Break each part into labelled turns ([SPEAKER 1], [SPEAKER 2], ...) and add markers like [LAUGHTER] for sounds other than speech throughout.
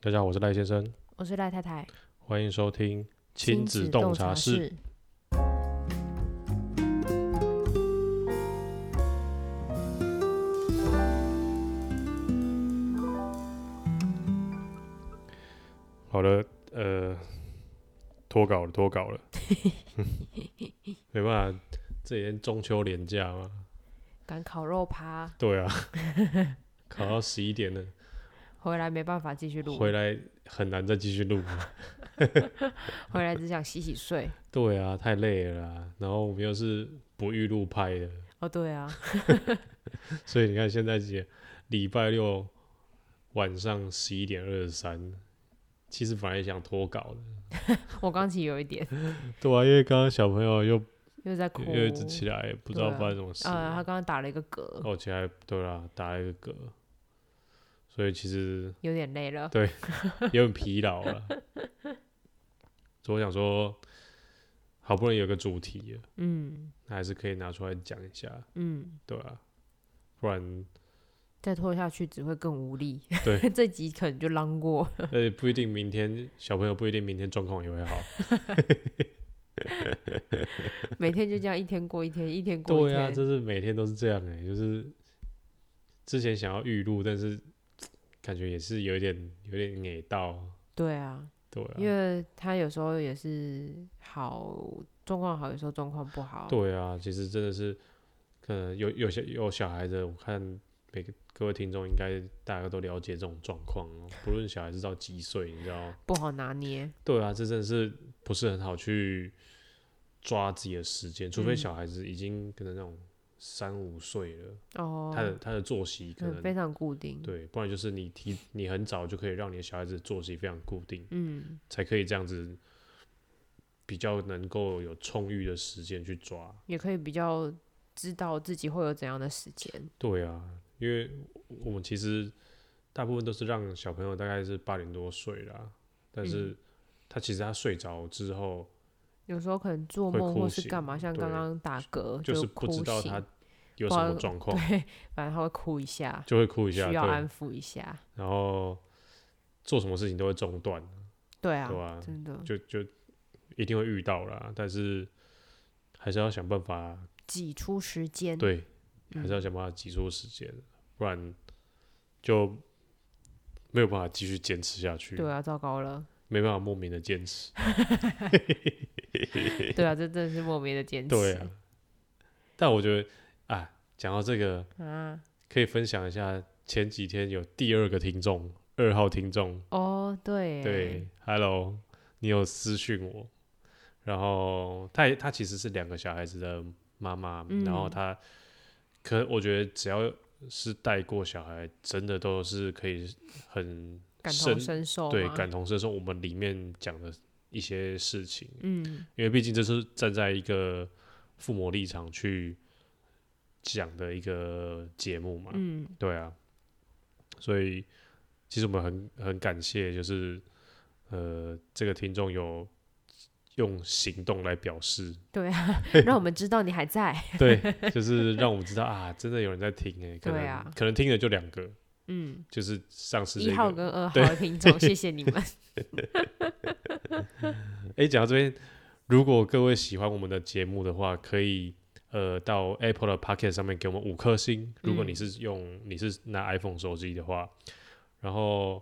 [SPEAKER 1] 大家好，我是赖先生，
[SPEAKER 2] 我是赖太太，
[SPEAKER 1] 欢迎收听亲子洞察室。。好了，呃，脱稿了，脱稿 [LAUGHS] 了，没办法，这几天中秋连假嘛，
[SPEAKER 2] 赶烤肉趴
[SPEAKER 1] 对 [LAUGHS] 啊，考到十一点了，
[SPEAKER 2] 回来没办法继续录，
[SPEAKER 1] 回来很难再继续录了。
[SPEAKER 2] 回来只想洗洗睡。
[SPEAKER 1] 对啊，太累了啦，然后我们又是不预录拍的，
[SPEAKER 2] 哦，对啊， [LAUGHS]
[SPEAKER 1] 所以你看现在几礼拜六晚上十一点二十三，其实本来想脱稿的，
[SPEAKER 2] 我刚起有一点
[SPEAKER 1] 对啊，因为刚刚小朋友又
[SPEAKER 2] 又在哭，
[SPEAKER 1] 又又一直起来，不知道
[SPEAKER 2] 对啊
[SPEAKER 1] 发生什么事，
[SPEAKER 2] 呃，他刚刚打了一个嗝，
[SPEAKER 1] 哦，起来对啦，打了一个嗝，所以其实
[SPEAKER 2] 有点累了。
[SPEAKER 1] 有点疲劳
[SPEAKER 2] [LAUGHS]
[SPEAKER 1] 了。所以我想说，好不容易有个主题了，
[SPEAKER 2] 嗯
[SPEAKER 1] 那还是可以拿出来讲一下，
[SPEAKER 2] 嗯，
[SPEAKER 1] 对啊，不
[SPEAKER 2] [LAUGHS]
[SPEAKER 1] 然
[SPEAKER 2] 再拖下去只会更无力。
[SPEAKER 1] 对，
[SPEAKER 2] [LAUGHS] 这集可能就浪过。
[SPEAKER 1] 呃，不一定明天小朋友不一定明天状况也会
[SPEAKER 2] [LAUGHS]
[SPEAKER 1] 好。
[SPEAKER 2] 每天就这样一天过一天，一天过
[SPEAKER 1] 对
[SPEAKER 2] 一天。
[SPEAKER 1] 啊，真是每天都是这样哎、就是之前想要预录，但是感觉也是有一点有点给到，
[SPEAKER 2] 对啊，
[SPEAKER 1] 对
[SPEAKER 2] 因
[SPEAKER 1] 啊，
[SPEAKER 2] 为他有时候也是好状况好，有时候状况不好。
[SPEAKER 1] 对啊，其实真的是，可能有有些有小孩的，我看每个各位听众应该大家都了解这种状况哦，不论小孩是到几岁，你知道，
[SPEAKER 2] 不好拿捏。
[SPEAKER 1] 对啊，这真的是不是很好去抓自己的时间，除非
[SPEAKER 2] 嗯
[SPEAKER 1] 小孩子已经可能那种三五岁了，
[SPEAKER 2] 哦，
[SPEAKER 1] 他的他的作息可
[SPEAKER 2] 嗯，非
[SPEAKER 1] 能。
[SPEAKER 2] 常固定。，
[SPEAKER 1] 对，不然就是你提你很早就可以让你的小孩子作息非常固定，
[SPEAKER 2] 嗯
[SPEAKER 1] 才可以这样子比较能够有充裕的时间去抓。
[SPEAKER 2] 也可以比较知道自己会有怎样的时间。
[SPEAKER 1] 对啊，因为我们其实大部分都是让小朋友大概是八点多睡啦，但
[SPEAKER 2] 嗯
[SPEAKER 1] 是他其实他睡着之后，
[SPEAKER 2] 有时候可能做
[SPEAKER 1] 会
[SPEAKER 2] 梦
[SPEAKER 1] 哭
[SPEAKER 2] 或是
[SPEAKER 1] 醒
[SPEAKER 2] 干嘛，像刚
[SPEAKER 1] 对
[SPEAKER 2] 刚打嗝
[SPEAKER 1] 就是不
[SPEAKER 2] 哭
[SPEAKER 1] 知道
[SPEAKER 2] 醒
[SPEAKER 1] 他有什
[SPEAKER 2] 不
[SPEAKER 1] 么
[SPEAKER 2] 然
[SPEAKER 1] 状况，
[SPEAKER 2] 对，反正他会哭一下，
[SPEAKER 1] 就会哭一下，
[SPEAKER 2] 需要安
[SPEAKER 1] 对，
[SPEAKER 2] 抚一下。
[SPEAKER 1] 然后做什么事情都会中断，
[SPEAKER 2] 对啊，
[SPEAKER 1] 对吧、
[SPEAKER 2] 真的
[SPEAKER 1] 就就一定会遇到啦，但是还是要想办法
[SPEAKER 2] 挤出时间。
[SPEAKER 1] 对，
[SPEAKER 2] 嗯，
[SPEAKER 1] 还是要想办法挤出时间，不然就没有办法继续坚持下去，
[SPEAKER 2] 对啊，糟糕
[SPEAKER 1] [LAUGHS]
[SPEAKER 2] 了，
[SPEAKER 1] 没办法莫名的坚持。
[SPEAKER 2] 对啊，这真的是莫名的坚持。
[SPEAKER 1] 对啊，但我觉得啊，讲到这个，
[SPEAKER 2] 啊，
[SPEAKER 1] 可以分享一下前几天有第二个听众，二号听众，
[SPEAKER 2] 哦，对耶，
[SPEAKER 1] 对，Hello，你有私讯我，然后他也他其实是两个小孩子的妈妈，
[SPEAKER 2] 嗯
[SPEAKER 1] 然后他可我觉得只要是带过小孩，真的都是可以很
[SPEAKER 2] 感
[SPEAKER 1] 深
[SPEAKER 2] 同身受，
[SPEAKER 1] 对，感，同身受我们里面讲的一些事情，
[SPEAKER 2] 嗯，
[SPEAKER 1] 因为毕竟这是站在一个父母立场去讲的一个节目嘛，
[SPEAKER 2] 嗯，
[SPEAKER 1] 对啊，所以其实我们很很感谢，就是呃，这个听众有用行动来表
[SPEAKER 2] [LAUGHS]
[SPEAKER 1] 示，
[SPEAKER 2] 对啊，
[SPEAKER 1] [LAUGHS]
[SPEAKER 2] 让我们知道你还在，
[SPEAKER 1] 对，就是让我们知道啊，真的有人在听诶、可
[SPEAKER 2] 对
[SPEAKER 1] 能、
[SPEAKER 2] 啊
[SPEAKER 1] 可能听的就两个，
[SPEAKER 2] 嗯，
[SPEAKER 1] 就是上次
[SPEAKER 2] 一
[SPEAKER 1] 这
[SPEAKER 2] 号
[SPEAKER 1] 个，
[SPEAKER 2] 跟二号
[SPEAKER 1] 对
[SPEAKER 2] 的
[SPEAKER 1] [LAUGHS]
[SPEAKER 2] 听众，谢谢你们， [LAUGHS]
[SPEAKER 1] 诶，讲到这边，如果各位喜欢我们的节目的话，可以。呃，到 Apple 的 Pocket 上面给我们五颗星。如果你
[SPEAKER 2] 嗯
[SPEAKER 1] 是用、你是拿 iPhone 手机的话，然后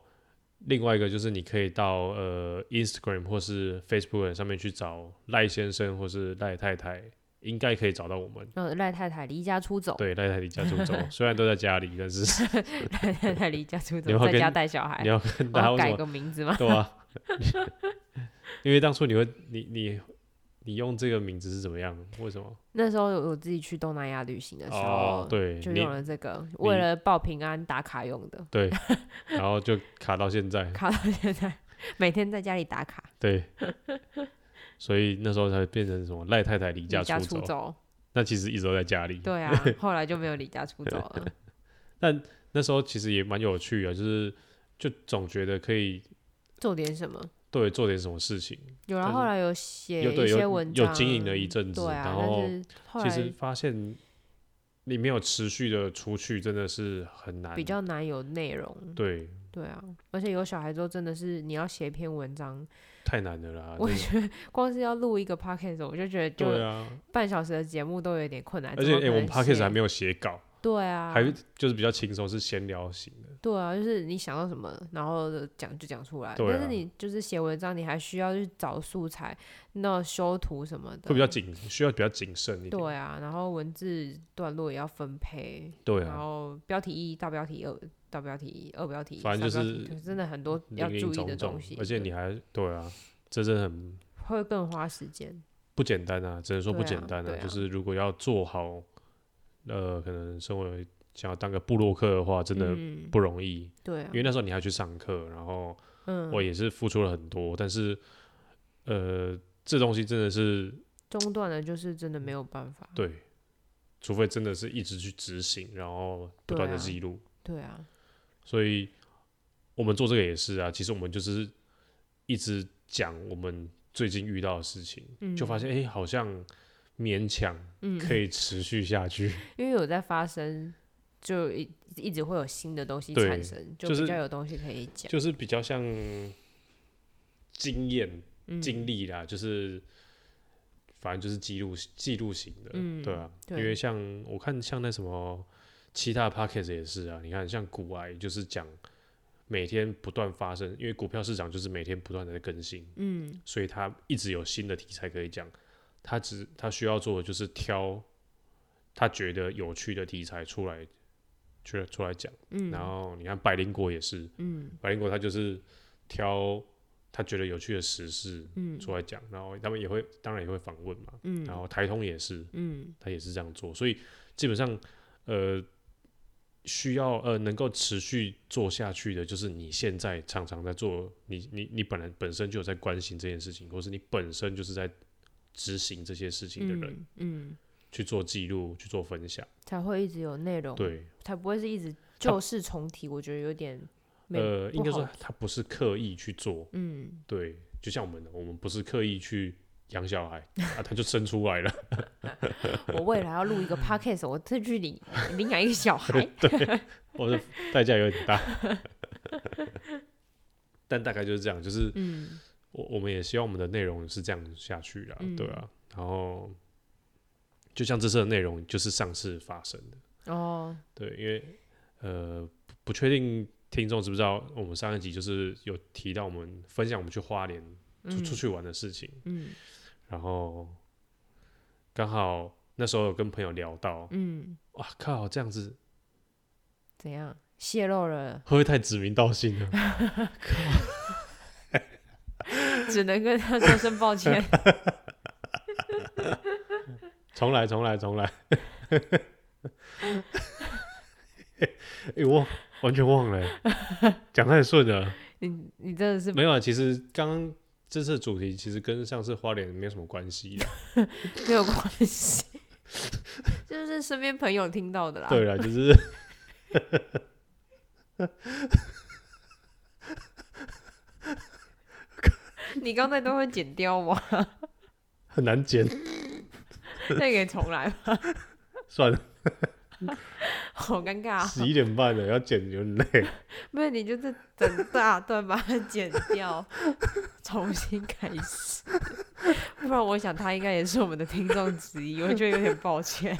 [SPEAKER 1] 另外一个就是你可以到呃 Instagram 或是 Facebook 上面去找赖先生或是赖太太，应该可以找到我们。
[SPEAKER 2] 让赖太太离家出走，
[SPEAKER 1] 对，赖太太离家出走，虽然都在家里，但
[SPEAKER 2] [LAUGHS]
[SPEAKER 1] 是
[SPEAKER 2] 赖太太离家出
[SPEAKER 1] 你要
[SPEAKER 2] 走，在
[SPEAKER 1] 跟
[SPEAKER 2] 家带小孩
[SPEAKER 1] 你，要跟
[SPEAKER 2] 我
[SPEAKER 1] 大家
[SPEAKER 2] 要
[SPEAKER 1] 为什
[SPEAKER 2] 哦改
[SPEAKER 1] 么
[SPEAKER 2] 个
[SPEAKER 1] [LAUGHS]
[SPEAKER 2] 名字吗？
[SPEAKER 1] 对啊？因为当初你会你你你用这个名字是怎么样？为什么？
[SPEAKER 2] 那时候有我自己去东南亚旅行的时候，
[SPEAKER 1] 哦，对，
[SPEAKER 2] 就
[SPEAKER 1] 你
[SPEAKER 2] 用了这个，为了报平安打卡用的，
[SPEAKER 1] 对，然后就卡到现在，
[SPEAKER 2] 卡到现在，每天在家里打卡，
[SPEAKER 1] 对，所以那时候才变成什么赖太太离
[SPEAKER 2] 离
[SPEAKER 1] 家
[SPEAKER 2] 家
[SPEAKER 1] 出
[SPEAKER 2] 出
[SPEAKER 1] 走。 [LAUGHS]
[SPEAKER 2] 走，
[SPEAKER 1] 那其实一直都在家里。 [LAUGHS]
[SPEAKER 2] 对啊，后来就没有离家出走了，
[SPEAKER 1] 但那时候其实也蛮有趣的，就是就总觉得可以
[SPEAKER 2] 做点什么。
[SPEAKER 1] 对做点什么事情，
[SPEAKER 2] 有啦，
[SPEAKER 1] 但是
[SPEAKER 2] 后来有写
[SPEAKER 1] 有
[SPEAKER 2] 一
[SPEAKER 1] 对有
[SPEAKER 2] 些文章，
[SPEAKER 1] 有经营了一阵子
[SPEAKER 2] 对啊，
[SPEAKER 1] 然
[SPEAKER 2] 但
[SPEAKER 1] 后
[SPEAKER 2] 是后
[SPEAKER 1] 其实
[SPEAKER 2] 来
[SPEAKER 1] 发现你没有持续的出去，真的是很难。
[SPEAKER 2] 比较难有内容，
[SPEAKER 1] 对，
[SPEAKER 2] 对啊，而且有小孩之后，真的是你要写一篇文章，
[SPEAKER 1] 太难了啦。
[SPEAKER 2] 我
[SPEAKER 1] 这
[SPEAKER 2] 觉得光是要录一个 podcast，我就觉得
[SPEAKER 1] 对
[SPEAKER 2] 就
[SPEAKER 1] 啊，
[SPEAKER 2] 半小时的节目都有点困难。
[SPEAKER 1] 而且
[SPEAKER 2] 哎、
[SPEAKER 1] 哎、我们 podcast 还没有写稿，
[SPEAKER 2] 对啊，
[SPEAKER 1] 还就是比较轻松，是闲聊型的。
[SPEAKER 2] 对啊，就是你想到什么，然后讲就讲出来。
[SPEAKER 1] 对啊
[SPEAKER 2] 但是你就是写文章，你还需要去找素材，那修图什么的，
[SPEAKER 1] 会比较。谨，需要比较谨慎一点。
[SPEAKER 2] 对啊，然后文字段落也要分配，
[SPEAKER 1] 对
[SPEAKER 2] 然
[SPEAKER 1] 啊，
[SPEAKER 2] 后标题一、大标题二、大标题一、二标题一，
[SPEAKER 1] 反正就
[SPEAKER 2] 三标题
[SPEAKER 1] 是
[SPEAKER 2] 一真的很多要
[SPEAKER 1] 林
[SPEAKER 2] 注
[SPEAKER 1] 林
[SPEAKER 2] 意的
[SPEAKER 1] 总
[SPEAKER 2] 东
[SPEAKER 1] 总
[SPEAKER 2] 西，，
[SPEAKER 1] 而且
[SPEAKER 2] 对
[SPEAKER 1] 你还对啊，这真的很
[SPEAKER 2] 会更花时间。
[SPEAKER 1] 不简单啊，只能说不
[SPEAKER 2] 对啊
[SPEAKER 1] 简单
[SPEAKER 2] 对啊
[SPEAKER 1] 就是如果要做好，呃，可能身为想要当个布洛克的话，真的
[SPEAKER 2] 嗯，
[SPEAKER 1] 不容易，
[SPEAKER 2] 对啊
[SPEAKER 1] 因，为那时候你还去上课，然后
[SPEAKER 2] 嗯，
[SPEAKER 1] 我也是付出了很多，但是呃，这东西真的是
[SPEAKER 2] 中断了就是真的没有办法。
[SPEAKER 1] 对，除非真的是一直去执行，然后不
[SPEAKER 2] 对
[SPEAKER 1] 断的
[SPEAKER 2] 啊
[SPEAKER 1] 记录，
[SPEAKER 2] 对啊，
[SPEAKER 1] 所以我们做这个也是啊，其实我们就是一直讲我们最近遇到的事情，
[SPEAKER 2] 嗯
[SPEAKER 1] 就发现哎、诶好像勉强
[SPEAKER 2] 嗯，
[SPEAKER 1] 可以持续下
[SPEAKER 2] [LAUGHS]
[SPEAKER 1] 去，
[SPEAKER 2] 因为有在发生，就一一直会有新的东西
[SPEAKER 1] 对
[SPEAKER 2] 产生，就
[SPEAKER 1] 就是
[SPEAKER 2] 比较有东西可以讲。
[SPEAKER 1] 就是比较像经验、
[SPEAKER 2] 嗯
[SPEAKER 1] 经历啦，就是反正就是记录记录型的，
[SPEAKER 2] 嗯
[SPEAKER 1] 对啊，
[SPEAKER 2] 对
[SPEAKER 1] 因为像我看像那什么其他 p o c k e t 也是啊，你看像股癌就是讲。每天不断发生，因为股票市场就是每天不断的在更新，
[SPEAKER 2] 嗯，
[SPEAKER 1] 所以他一直有新的题材可以讲。他只他需要做的就是挑他觉得有趣的题材出来，去出来讲。
[SPEAKER 2] 嗯
[SPEAKER 1] 然后你看百灵果也是，
[SPEAKER 2] 嗯
[SPEAKER 1] 百灵果他就是挑他觉得有趣的时事
[SPEAKER 2] 嗯
[SPEAKER 1] 出来讲，然后他们也会当然也会访问嘛。
[SPEAKER 2] 嗯
[SPEAKER 1] 然后台通也是，
[SPEAKER 2] 嗯
[SPEAKER 1] 他也是这样做，所以基本上呃。需要呃能够持续做下去的，就是你现在常常在做，你你你本来本身就有在关心这件事情，或是你本身就是在执行这些事情的人、
[SPEAKER 2] 嗯嗯，
[SPEAKER 1] 去做记录、去做分享。
[SPEAKER 2] 才会一直有内容，，
[SPEAKER 1] 对，
[SPEAKER 2] 才不会是一直旧事重提。我觉得有点没
[SPEAKER 1] 呃，应该
[SPEAKER 2] 不好
[SPEAKER 1] 说他不是刻意去做，
[SPEAKER 2] 嗯，
[SPEAKER 1] 对，就像我们我们不是刻意去养小孩啊，他就生出来了， [LAUGHS]
[SPEAKER 2] 我未来要录一个 podcast，我特去
[SPEAKER 1] [LAUGHS]
[SPEAKER 2] 领领养一个小孩。
[SPEAKER 1] 我的代价有点大。 [LAUGHS] 但大概就是这样，就是
[SPEAKER 2] 嗯
[SPEAKER 1] 我我们也希望我们的内容是这样下去啦，
[SPEAKER 2] 嗯
[SPEAKER 1] 对啊。然后，就像这次的内容就是上次发生的，
[SPEAKER 2] 哦，
[SPEAKER 1] 对，因为呃不不确定听众知不知道，我们上一集就是有提到我们分享我们去花莲出
[SPEAKER 2] 嗯
[SPEAKER 1] 出去玩的事情，
[SPEAKER 2] 嗯
[SPEAKER 1] 然后刚好那时候有跟朋友聊到，
[SPEAKER 2] 嗯，
[SPEAKER 1] 哇靠，这样子
[SPEAKER 2] 怎样泄露了
[SPEAKER 1] [LAUGHS] 会，不会太指名道姓了？
[SPEAKER 2] 只能跟他说声抱歉。
[SPEAKER 1] 重来，重来，重来。 [LAUGHS] 哎、我完全忘了
[SPEAKER 2] [LAUGHS]
[SPEAKER 1] 欸，讲太顺了。
[SPEAKER 2] 你你真的是
[SPEAKER 1] 没有啊，其实刚刚这次的主题其实跟上次花莲没有什么关系啊啦。
[SPEAKER 2] 没有关
[SPEAKER 1] [LAUGHS]
[SPEAKER 2] 系，就是身边朋友听到的啦。
[SPEAKER 1] 对啦，就是
[SPEAKER 2] 你刚才都会剪掉吗？ [LAUGHS]
[SPEAKER 1] 很难剪，
[SPEAKER 2] 那你可以重来吗，
[SPEAKER 1] 算了，
[SPEAKER 2] 好尴尬、啊。
[SPEAKER 1] 十一点半了，要剪有点累。
[SPEAKER 2] 不是，你就是整大段把它剪
[SPEAKER 1] [LAUGHS]
[SPEAKER 2] 掉，重新开始。不然，我想他应该也是我们的听众之一，我觉得有点
[SPEAKER 1] [LAUGHS]
[SPEAKER 2] 抱歉。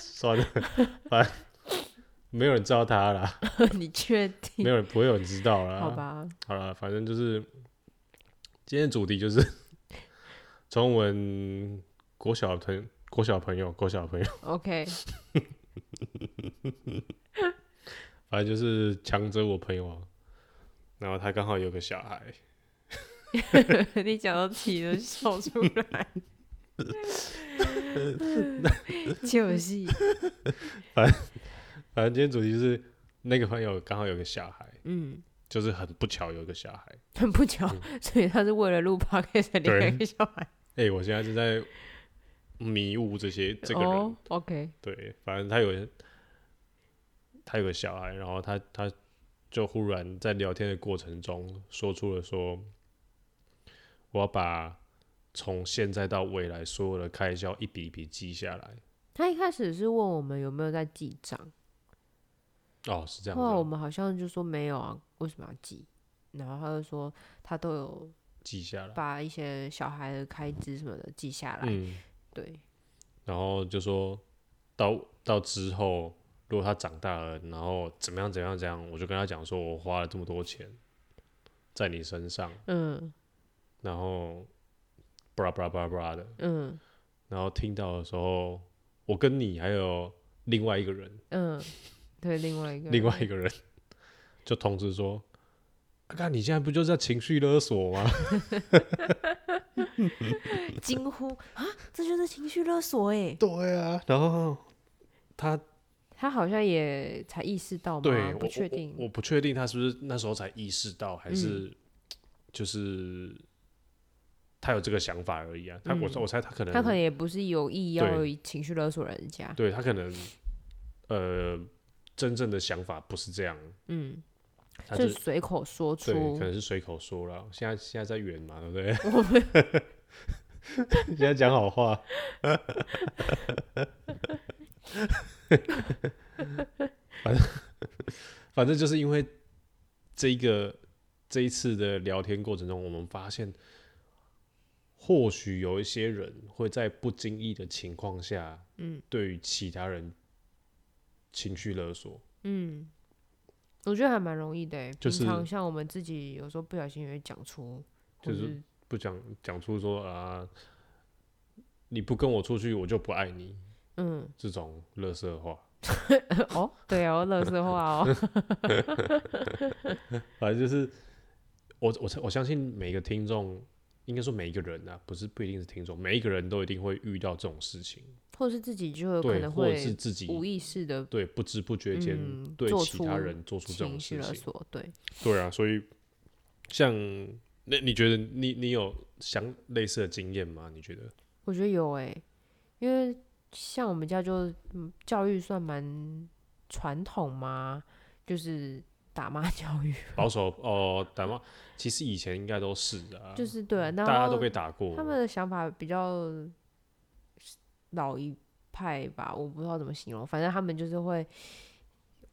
[SPEAKER 1] 算了，反正没有人知道他啦，
[SPEAKER 2] 你确
[SPEAKER 1] 没
[SPEAKER 2] 定？
[SPEAKER 1] 有人不会有人知道啦。
[SPEAKER 2] [LAUGHS] 好，吧，
[SPEAKER 1] 好啦，反正就是今天的主题就是从我们国小的朋国小朋友国小朋友， [LAUGHS]
[SPEAKER 2] OK，
[SPEAKER 1] 反正就是强者我朋友啊，然后他刚好有个小孩，
[SPEAKER 2] 你讲到自己都笑出来，
[SPEAKER 1] [LAUGHS]
[SPEAKER 2] 就是
[SPEAKER 1] 反正今天主题就是那个朋友刚好有个小孩，
[SPEAKER 2] 嗯，
[SPEAKER 1] 就是很不巧有一个小孩。
[SPEAKER 2] 很不巧，
[SPEAKER 1] 嗯
[SPEAKER 2] 所以他是为了录 podcast 离开小孩。
[SPEAKER 1] 哎、我现在正在迷雾这些这个人，
[SPEAKER 2] 哦、OK，
[SPEAKER 1] 对，反正他有他有个小孩，然后他他就忽然在聊天的过程中说出了说，我要把从现在到未来所有的开销一笔一笔记下来。
[SPEAKER 2] 他一开始是问我们有没有在记账，
[SPEAKER 1] 哦，是这样子
[SPEAKER 2] 后来我
[SPEAKER 1] 哦，
[SPEAKER 2] 们好像就说没有啊，为什么要记？然后他就说他都有
[SPEAKER 1] 记下来。
[SPEAKER 2] 把一些小孩的开支什么的记下来，
[SPEAKER 1] 嗯，
[SPEAKER 2] 对，
[SPEAKER 1] 然后就说到到之后，如果他长大了，然后怎么样怎么样怎样，我就跟他讲说，我花了这么多钱在你身上，
[SPEAKER 2] 嗯
[SPEAKER 1] 然后布拉布拉布拉布拉的，
[SPEAKER 2] 嗯
[SPEAKER 1] 然后听到的时候，我跟你还有另外一个人，
[SPEAKER 2] 嗯，对，另外一
[SPEAKER 1] [LAUGHS]
[SPEAKER 2] 个，
[SPEAKER 1] 另外一个人就同时说：“阿、啊、干，你现在不就是在情绪勒索吗？，
[SPEAKER 2] 惊呼啊，这就是情绪勒索哎
[SPEAKER 1] [LAUGHS] 对啊。”然后他
[SPEAKER 2] 他好像也才意识到
[SPEAKER 1] 对
[SPEAKER 2] 吗？
[SPEAKER 1] 我
[SPEAKER 2] 不确
[SPEAKER 1] 我我，
[SPEAKER 2] 定，嗯
[SPEAKER 1] 我不确定他是不是那时候才意识到，还是、就是他有这个想法而已啊。他、我
[SPEAKER 2] 嗯
[SPEAKER 1] 我猜他可能
[SPEAKER 2] 他可能也不是有意要
[SPEAKER 1] 对
[SPEAKER 2] 情绪勒索人家，
[SPEAKER 1] 对他可能呃真正的想法不是这样，
[SPEAKER 2] 嗯，
[SPEAKER 1] 他
[SPEAKER 2] 就是随口说
[SPEAKER 1] 对，
[SPEAKER 2] 出
[SPEAKER 1] 可，能是随口说了。现在现在在远嘛，对不对？现在讲好话。反正反正就是因为这一个这一次的聊天过程中，我们发现，或许有一些人会在不经意的情况下，
[SPEAKER 2] 嗯，
[SPEAKER 1] 对于其他人情绪勒索。
[SPEAKER 2] 嗯，我觉得还蛮容易的欸，
[SPEAKER 1] 就是
[SPEAKER 2] 平常像我们自己有时候不小心也会讲出，或
[SPEAKER 1] 就是
[SPEAKER 2] 是
[SPEAKER 1] 不讲讲出说啊，你不跟我出去，我就不爱你 [LAUGHS]
[SPEAKER 2] 嗯，
[SPEAKER 1] 这种乐色话。
[SPEAKER 2] 哦，对哦，乐色话
[SPEAKER 1] [LAUGHS]
[SPEAKER 2] 哦，
[SPEAKER 1] 反正就是我我我相信每个听众，应该说每一个人啊，不是不一定是听众，每一个人都一定会遇到这种事情，
[SPEAKER 2] 或是自己就有可
[SPEAKER 1] 对，
[SPEAKER 2] 能
[SPEAKER 1] 或者是
[SPEAKER 2] 会
[SPEAKER 1] 自己
[SPEAKER 2] 无意识的
[SPEAKER 1] 对不知不觉间、
[SPEAKER 2] 嗯
[SPEAKER 1] 对
[SPEAKER 2] 做
[SPEAKER 1] 其他
[SPEAKER 2] 出
[SPEAKER 1] 人做出这
[SPEAKER 2] 情
[SPEAKER 1] 种
[SPEAKER 2] 绪
[SPEAKER 1] 事
[SPEAKER 2] 勒
[SPEAKER 1] 情，
[SPEAKER 2] 索，对，
[SPEAKER 1] 对啊，所以像那你觉得你你有相类似的经验吗？你觉得？
[SPEAKER 2] 我觉得有诶、因为像我们家就嗯教育算蛮传统嘛，就是打骂 [LAUGHS] 教育，
[SPEAKER 1] 保守哦，打骂，其实以前应该都是啊，
[SPEAKER 2] 就是对啊，然
[SPEAKER 1] 大家都
[SPEAKER 2] 后
[SPEAKER 1] 被打过，
[SPEAKER 2] 他们的想法比较老一派吧，我不知道怎么形容，反正他们就是会。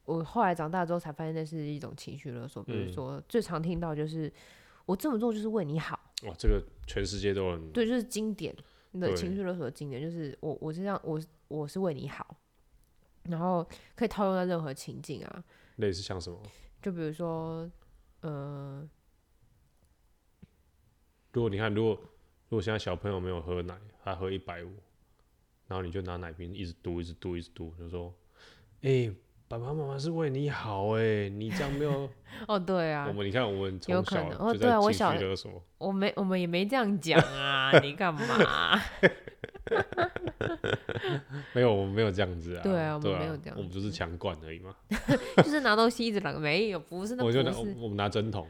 [SPEAKER 2] 我后来长大之后才发现，那是一种情绪勒索。比如
[SPEAKER 1] 嗯
[SPEAKER 2] 说，最常听到就是“我这么做就是为你好”，
[SPEAKER 1] 哇，这个全世界都很
[SPEAKER 2] 对，就是经典的
[SPEAKER 1] 对
[SPEAKER 2] 情绪勒索的经典，就是我我是这样，我是我是为你好，然后可以套用在任何情境啊，
[SPEAKER 1] 类似像什么？
[SPEAKER 2] 就比如说，呃，
[SPEAKER 1] 如果你看，如果如果现在小朋友没有喝奶，他喝一百五，然后你就拿奶瓶一直嘟，一直嘟，一直嘟，就说：“哎、爸爸妈妈是为你好、哎，你这样没有
[SPEAKER 2] 哦，对 [LAUGHS] 啊
[SPEAKER 1] 我，们，你看我们
[SPEAKER 2] 有
[SPEAKER 1] 从
[SPEAKER 2] 可
[SPEAKER 1] 小
[SPEAKER 2] 能哦
[SPEAKER 1] 就
[SPEAKER 2] 对
[SPEAKER 1] 在
[SPEAKER 2] 啊我
[SPEAKER 1] 情
[SPEAKER 2] 小
[SPEAKER 1] 绪勒索，
[SPEAKER 2] 我没我们也没这样讲
[SPEAKER 1] [LAUGHS]
[SPEAKER 2] 啊，你干嘛？
[SPEAKER 1] 没有，我们没有这样子啊，
[SPEAKER 2] 对啊
[SPEAKER 1] 啊，
[SPEAKER 2] 我们没有这样
[SPEAKER 1] 我们就是强灌而已嘛。
[SPEAKER 2] 就是拿东西一直啷，没有，不是那
[SPEAKER 1] 我
[SPEAKER 2] 不
[SPEAKER 1] 就拿我
[SPEAKER 2] 是，
[SPEAKER 1] 我们拿针筒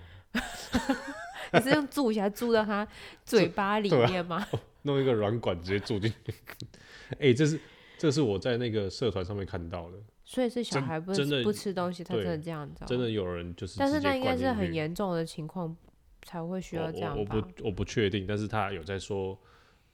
[SPEAKER 2] 你是用注一下注到他嘴巴里
[SPEAKER 1] 对啊
[SPEAKER 2] 面吗？ [LAUGHS]
[SPEAKER 1] 弄一个软管直接注进去， [LAUGHS] 哎、这是这是我在那个社团上面看到的，
[SPEAKER 2] 所以是小
[SPEAKER 1] 真
[SPEAKER 2] 孩不
[SPEAKER 1] 真的
[SPEAKER 2] 不吃东西，他
[SPEAKER 1] 对
[SPEAKER 2] 真的这样子哦，
[SPEAKER 1] 真的有人就是
[SPEAKER 2] 但
[SPEAKER 1] 直
[SPEAKER 2] 是
[SPEAKER 1] 接
[SPEAKER 2] 那应该
[SPEAKER 1] 灌
[SPEAKER 2] 是
[SPEAKER 1] 进
[SPEAKER 2] 很
[SPEAKER 1] 去
[SPEAKER 2] 严重的情况才会需要这样
[SPEAKER 1] 哦我我
[SPEAKER 2] 吧？
[SPEAKER 1] 我不我不确定，但是她有在说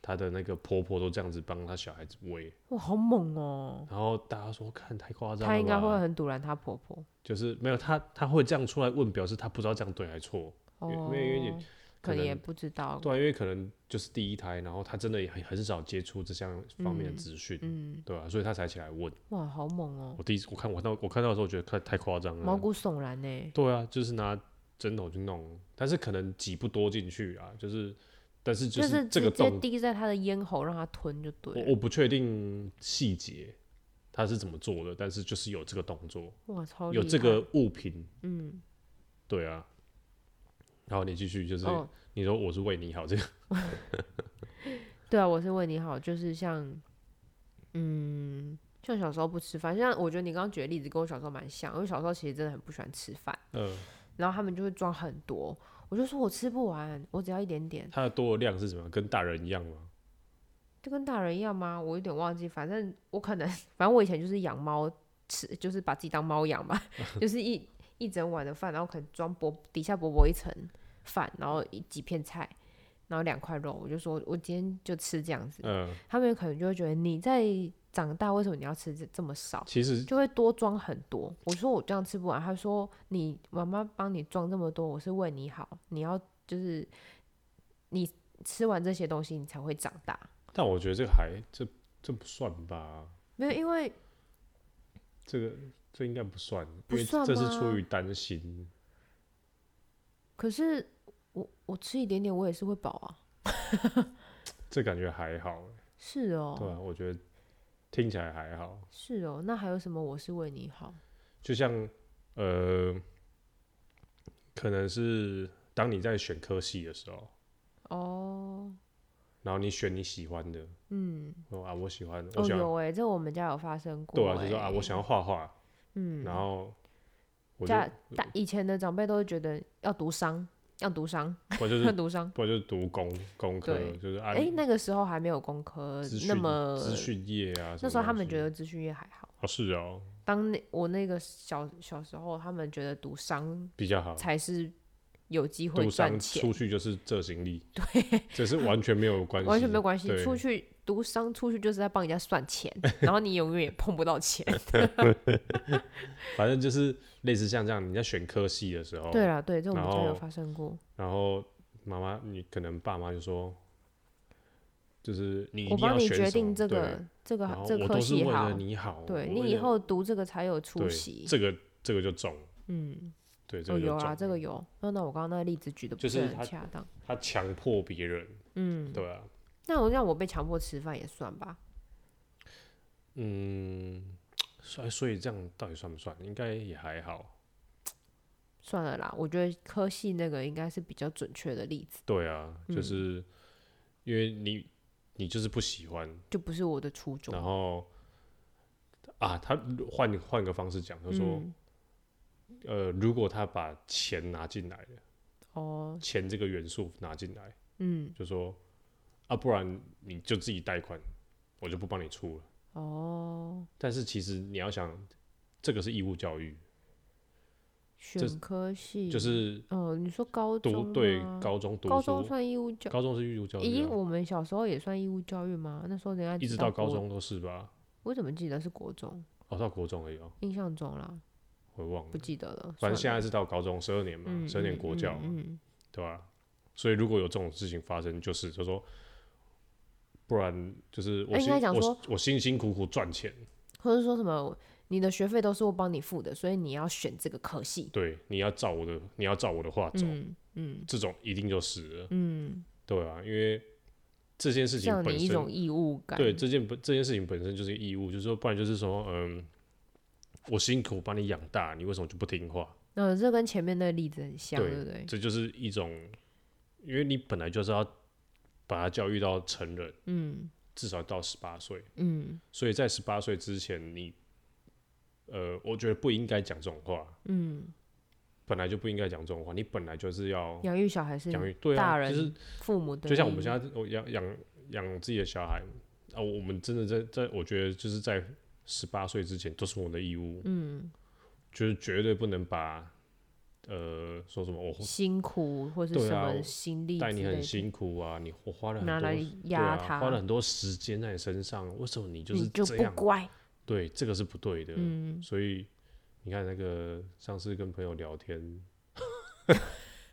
[SPEAKER 1] 她的那个婆婆都这样子帮她小孩子喂，
[SPEAKER 2] 哇，好猛哦！
[SPEAKER 1] 然后大家说看太夸张了吧，
[SPEAKER 2] 她应该会很堵拦她婆婆。
[SPEAKER 1] 就是没有她她会这样出来问，表示她不知道这样对还错，因为
[SPEAKER 2] 哦
[SPEAKER 1] 因，为因为你
[SPEAKER 2] 可
[SPEAKER 1] 可
[SPEAKER 2] 能也
[SPEAKER 1] 能
[SPEAKER 2] 不知道。
[SPEAKER 1] 对啊、因为可能就是第一胎，然后她真的也很很少接触这项方面
[SPEAKER 2] 嗯
[SPEAKER 1] 的资讯，
[SPEAKER 2] 嗯，
[SPEAKER 1] 对啊，所以她才起来问。
[SPEAKER 2] 哇，好猛哦、
[SPEAKER 1] 我第一次我看我看到我看到的时候，我觉嗯得太太夸张
[SPEAKER 2] 毛
[SPEAKER 1] 了，
[SPEAKER 2] 骨悚然呢、欸。
[SPEAKER 1] 对啊，就是拿针头去弄，但是可能挤不多进去啊，就是但是
[SPEAKER 2] 就是是
[SPEAKER 1] 这个
[SPEAKER 2] 直接
[SPEAKER 1] 洞
[SPEAKER 2] 滴在她的咽喉，让她吞就对
[SPEAKER 1] 我
[SPEAKER 2] 了。
[SPEAKER 1] 我不确定细节他是怎么做的，但是就是有这个动作，
[SPEAKER 2] 哇，超
[SPEAKER 1] 有
[SPEAKER 2] 厉
[SPEAKER 1] 这
[SPEAKER 2] 害
[SPEAKER 1] 个物品，
[SPEAKER 2] 嗯，
[SPEAKER 1] 对啊。然后你继续就是、
[SPEAKER 2] 哦，
[SPEAKER 1] 你说我是为你好，这个
[SPEAKER 2] 对啊，我是为你好，就是像，嗯，像小时候不吃饭，像我觉得你刚刚举的例子跟我小时候蛮像，因为小时候其实真的很不喜欢吃饭，
[SPEAKER 1] 呃，
[SPEAKER 2] 然后他们就会装很多，我就说我吃不完，我只要一点点，
[SPEAKER 1] 它的多的量是什么？跟大人一样吗？
[SPEAKER 2] 就跟大人一样吗？我有点忘记，反正我可能，反正我以前就是养猫吃，就是把自己当猫养吧， [LAUGHS] 就是一一整碗的饭，然后可能装薄底下薄薄一层饭，然后一几片菜，然后两块肉，我就说我今天就吃这样子。
[SPEAKER 1] 呃，
[SPEAKER 2] 他们可能就会觉得你在长大为什么你要吃这这么少？
[SPEAKER 1] 其实
[SPEAKER 2] 就会多装很多。我说我这样吃不完，他说你妈妈帮你装这么多，我是为你好，你要就是你吃完这些东西，你才会长大。
[SPEAKER 1] 但我觉得这个还这这不算吧，
[SPEAKER 2] 没有，因为
[SPEAKER 1] 这个这应该不算，
[SPEAKER 2] 不
[SPEAKER 1] 因
[SPEAKER 2] 算
[SPEAKER 1] 为这是
[SPEAKER 2] 吗
[SPEAKER 1] 出于担心。
[SPEAKER 2] 可是我我吃一点点，我也是会饱啊。
[SPEAKER 1] 这感觉还好，
[SPEAKER 2] 是哦，
[SPEAKER 1] 对啊，我觉得听起来还好。
[SPEAKER 2] 是哦。那还有什么？我是为你好。
[SPEAKER 1] 就像呃，可能是当你在选科系的时候，
[SPEAKER 2] 哦，
[SPEAKER 1] 然后你选你喜欢的，
[SPEAKER 2] 嗯，
[SPEAKER 1] 哦啊，我喜欢，我
[SPEAKER 2] 哦
[SPEAKER 1] 想，
[SPEAKER 2] 有哎、这我们家有发生过、
[SPEAKER 1] 对
[SPEAKER 2] 欸。
[SPEAKER 1] 啊，就说啊，我想要画画，
[SPEAKER 2] 嗯，
[SPEAKER 1] 然后我就呃
[SPEAKER 2] 家大以前的长辈都会觉得要读商，要读商，
[SPEAKER 1] 我就
[SPEAKER 2] 要
[SPEAKER 1] 是
[SPEAKER 2] 读商。
[SPEAKER 1] 我就是读工工科
[SPEAKER 2] 对，
[SPEAKER 1] 就是啊，
[SPEAKER 2] 哎、那个时候还没有工科
[SPEAKER 1] 资
[SPEAKER 2] 那
[SPEAKER 1] 讯
[SPEAKER 2] 么，
[SPEAKER 1] 资讯业啊，
[SPEAKER 2] 那时候他们觉
[SPEAKER 1] 得
[SPEAKER 2] 得资讯业还好。
[SPEAKER 1] 哦是哦
[SPEAKER 2] 当那我那个小小时候，他们觉得读商
[SPEAKER 1] 比较好，
[SPEAKER 2] 才是有机会
[SPEAKER 1] 读
[SPEAKER 2] 赚
[SPEAKER 1] 商
[SPEAKER 2] 钱
[SPEAKER 1] 出，去就是这行力，对，这是完全没有关系，
[SPEAKER 2] 完全没有关系。
[SPEAKER 1] 对
[SPEAKER 2] 出去读商，出去就是在帮人家算
[SPEAKER 1] [LAUGHS]
[SPEAKER 2] 钱，然后你永远也碰不到钱。
[SPEAKER 1] 哦反正就是类似像这样，你在选科系的时候，
[SPEAKER 2] 对啦，对，这我们
[SPEAKER 1] 然
[SPEAKER 2] 家有
[SPEAKER 1] 后
[SPEAKER 2] 发生过。
[SPEAKER 1] 然后妈妈，你可能爸妈就说，就是你一
[SPEAKER 2] 我
[SPEAKER 1] 定要
[SPEAKER 2] 帮你
[SPEAKER 1] 选
[SPEAKER 2] 决
[SPEAKER 1] 什
[SPEAKER 2] 定
[SPEAKER 1] 么
[SPEAKER 2] 这
[SPEAKER 1] 对
[SPEAKER 2] 个这
[SPEAKER 1] 然
[SPEAKER 2] 个
[SPEAKER 1] 后
[SPEAKER 2] 这
[SPEAKER 1] 我
[SPEAKER 2] 科
[SPEAKER 1] 都是
[SPEAKER 2] 系
[SPEAKER 1] 为
[SPEAKER 2] 好
[SPEAKER 1] 了，你好，
[SPEAKER 2] 对
[SPEAKER 1] 我
[SPEAKER 2] 你
[SPEAKER 1] 为
[SPEAKER 2] 以
[SPEAKER 1] 了
[SPEAKER 2] 后读这个才有出
[SPEAKER 1] 对
[SPEAKER 2] 息。
[SPEAKER 1] 这个这个就中，
[SPEAKER 2] 嗯，
[SPEAKER 1] 对，这
[SPEAKER 2] 哦
[SPEAKER 1] 个就
[SPEAKER 2] 有
[SPEAKER 1] 中，
[SPEAKER 2] 啊，这个有。那那我刚刚那个例子举的不
[SPEAKER 1] 就是
[SPEAKER 2] 很
[SPEAKER 1] 他
[SPEAKER 2] 恰当。
[SPEAKER 1] 他强迫别人，
[SPEAKER 2] 嗯，
[SPEAKER 1] 对啊，
[SPEAKER 2] 那我让我被强迫吃饭也算吧。
[SPEAKER 1] 嗯，所以所以这样到底算不算？应该也还好，
[SPEAKER 2] 算了啦，我觉得科系那个应该是比较准确的例子，
[SPEAKER 1] 对啊，
[SPEAKER 2] 嗯
[SPEAKER 1] 就是、因为你你就是不喜欢，
[SPEAKER 2] 就不是我的初衷
[SPEAKER 1] 然。后啊，他换换个方式讲，他说。
[SPEAKER 2] 嗯，
[SPEAKER 1] 呃，如果他把钱拿进来了，
[SPEAKER 2] 哦，
[SPEAKER 1] 钱这个元素拿进来，
[SPEAKER 2] 嗯，
[SPEAKER 1] 就说啊，不然你就自己贷款，我就不帮你出了。
[SPEAKER 2] 哦，
[SPEAKER 1] 但是其实你要想，这个是义务教育，这
[SPEAKER 2] 选科系
[SPEAKER 1] 就是
[SPEAKER 2] 哦，你说高中
[SPEAKER 1] 读对
[SPEAKER 2] 吗
[SPEAKER 1] 高中读
[SPEAKER 2] 高中
[SPEAKER 1] 书，
[SPEAKER 2] 算义务教，
[SPEAKER 1] 高中是义务教育
[SPEAKER 2] 咦，
[SPEAKER 1] 啊、
[SPEAKER 2] 我们小时候也算义务教育吗？那时候人家
[SPEAKER 1] 一直
[SPEAKER 2] 到
[SPEAKER 1] 到高
[SPEAKER 2] 国，
[SPEAKER 1] 中都是吧？
[SPEAKER 2] 我怎么记得是国中？
[SPEAKER 1] 哦，到国中而已哦，
[SPEAKER 2] 印象中啦，
[SPEAKER 1] 我忘了
[SPEAKER 2] 不。记得了。
[SPEAKER 1] 反正现
[SPEAKER 2] 算了
[SPEAKER 1] 在是到高中十二年嘛，
[SPEAKER 2] 嗯
[SPEAKER 1] 十二年国教嘛，
[SPEAKER 2] 嗯嗯嗯
[SPEAKER 1] 对吧、所以如果有这种事情发生，就是就说，不然就是我
[SPEAKER 2] 哎应
[SPEAKER 1] 辛
[SPEAKER 2] 该讲说
[SPEAKER 1] 我我辛辛苦苦赚钱，
[SPEAKER 2] 或者说什么你的学费都是我帮你付的，所以你要选这个科系。
[SPEAKER 1] 对，你要照我的，你要照我的话走，
[SPEAKER 2] 嗯嗯
[SPEAKER 1] 这种一定就死了，
[SPEAKER 2] 嗯，
[SPEAKER 1] 对啊，因为这件事情
[SPEAKER 2] 像
[SPEAKER 1] 本
[SPEAKER 2] 你一种
[SPEAKER 1] 身，
[SPEAKER 2] 义务感。
[SPEAKER 1] 对这件本这件事情本身就是义务，就是说，不然就是说，嗯，我辛苦把你养大，你为什么就不听话？
[SPEAKER 2] 嗯，这跟前面那个例子很像，对不对？
[SPEAKER 1] 这就是一种，因为你本来就是要把他教育到成人，
[SPEAKER 2] 嗯
[SPEAKER 1] 至少到十八岁，
[SPEAKER 2] 嗯
[SPEAKER 1] 所以在十八岁之前，你，呃，我觉得不应该讲这种话，
[SPEAKER 2] 嗯，
[SPEAKER 1] 本来就不应该讲这种话，你本来就是要
[SPEAKER 2] 养育小孩是
[SPEAKER 1] 养育，对
[SPEAKER 2] 大
[SPEAKER 1] 啊，
[SPEAKER 2] 人、
[SPEAKER 1] 就是
[SPEAKER 2] 父母的义务，
[SPEAKER 1] 就像我们现在我养养养自己的小孩啊，我们真的在在，我觉得就是在十八岁之前都是我们的义务，
[SPEAKER 2] 嗯
[SPEAKER 1] 就是绝对不能把呃说什么我
[SPEAKER 2] 辛苦或是
[SPEAKER 1] 对
[SPEAKER 2] 什
[SPEAKER 1] 啊
[SPEAKER 2] 么心力之
[SPEAKER 1] 带
[SPEAKER 2] 类
[SPEAKER 1] 你
[SPEAKER 2] 的，
[SPEAKER 1] 很辛苦啊，你我花了很
[SPEAKER 2] 拿来
[SPEAKER 1] 多
[SPEAKER 2] 压
[SPEAKER 1] 对
[SPEAKER 2] 他，
[SPEAKER 1] 啊，花了很多时间在你身上，为什么你就
[SPEAKER 2] 你
[SPEAKER 1] 是
[SPEAKER 2] 就
[SPEAKER 1] 这
[SPEAKER 2] 不
[SPEAKER 1] 样？
[SPEAKER 2] 乖。
[SPEAKER 1] 对，这个是不对的。
[SPEAKER 2] 嗯，
[SPEAKER 1] 所以你看那个上次跟朋友聊
[SPEAKER 2] [LAUGHS]
[SPEAKER 1] 天。 [LAUGHS]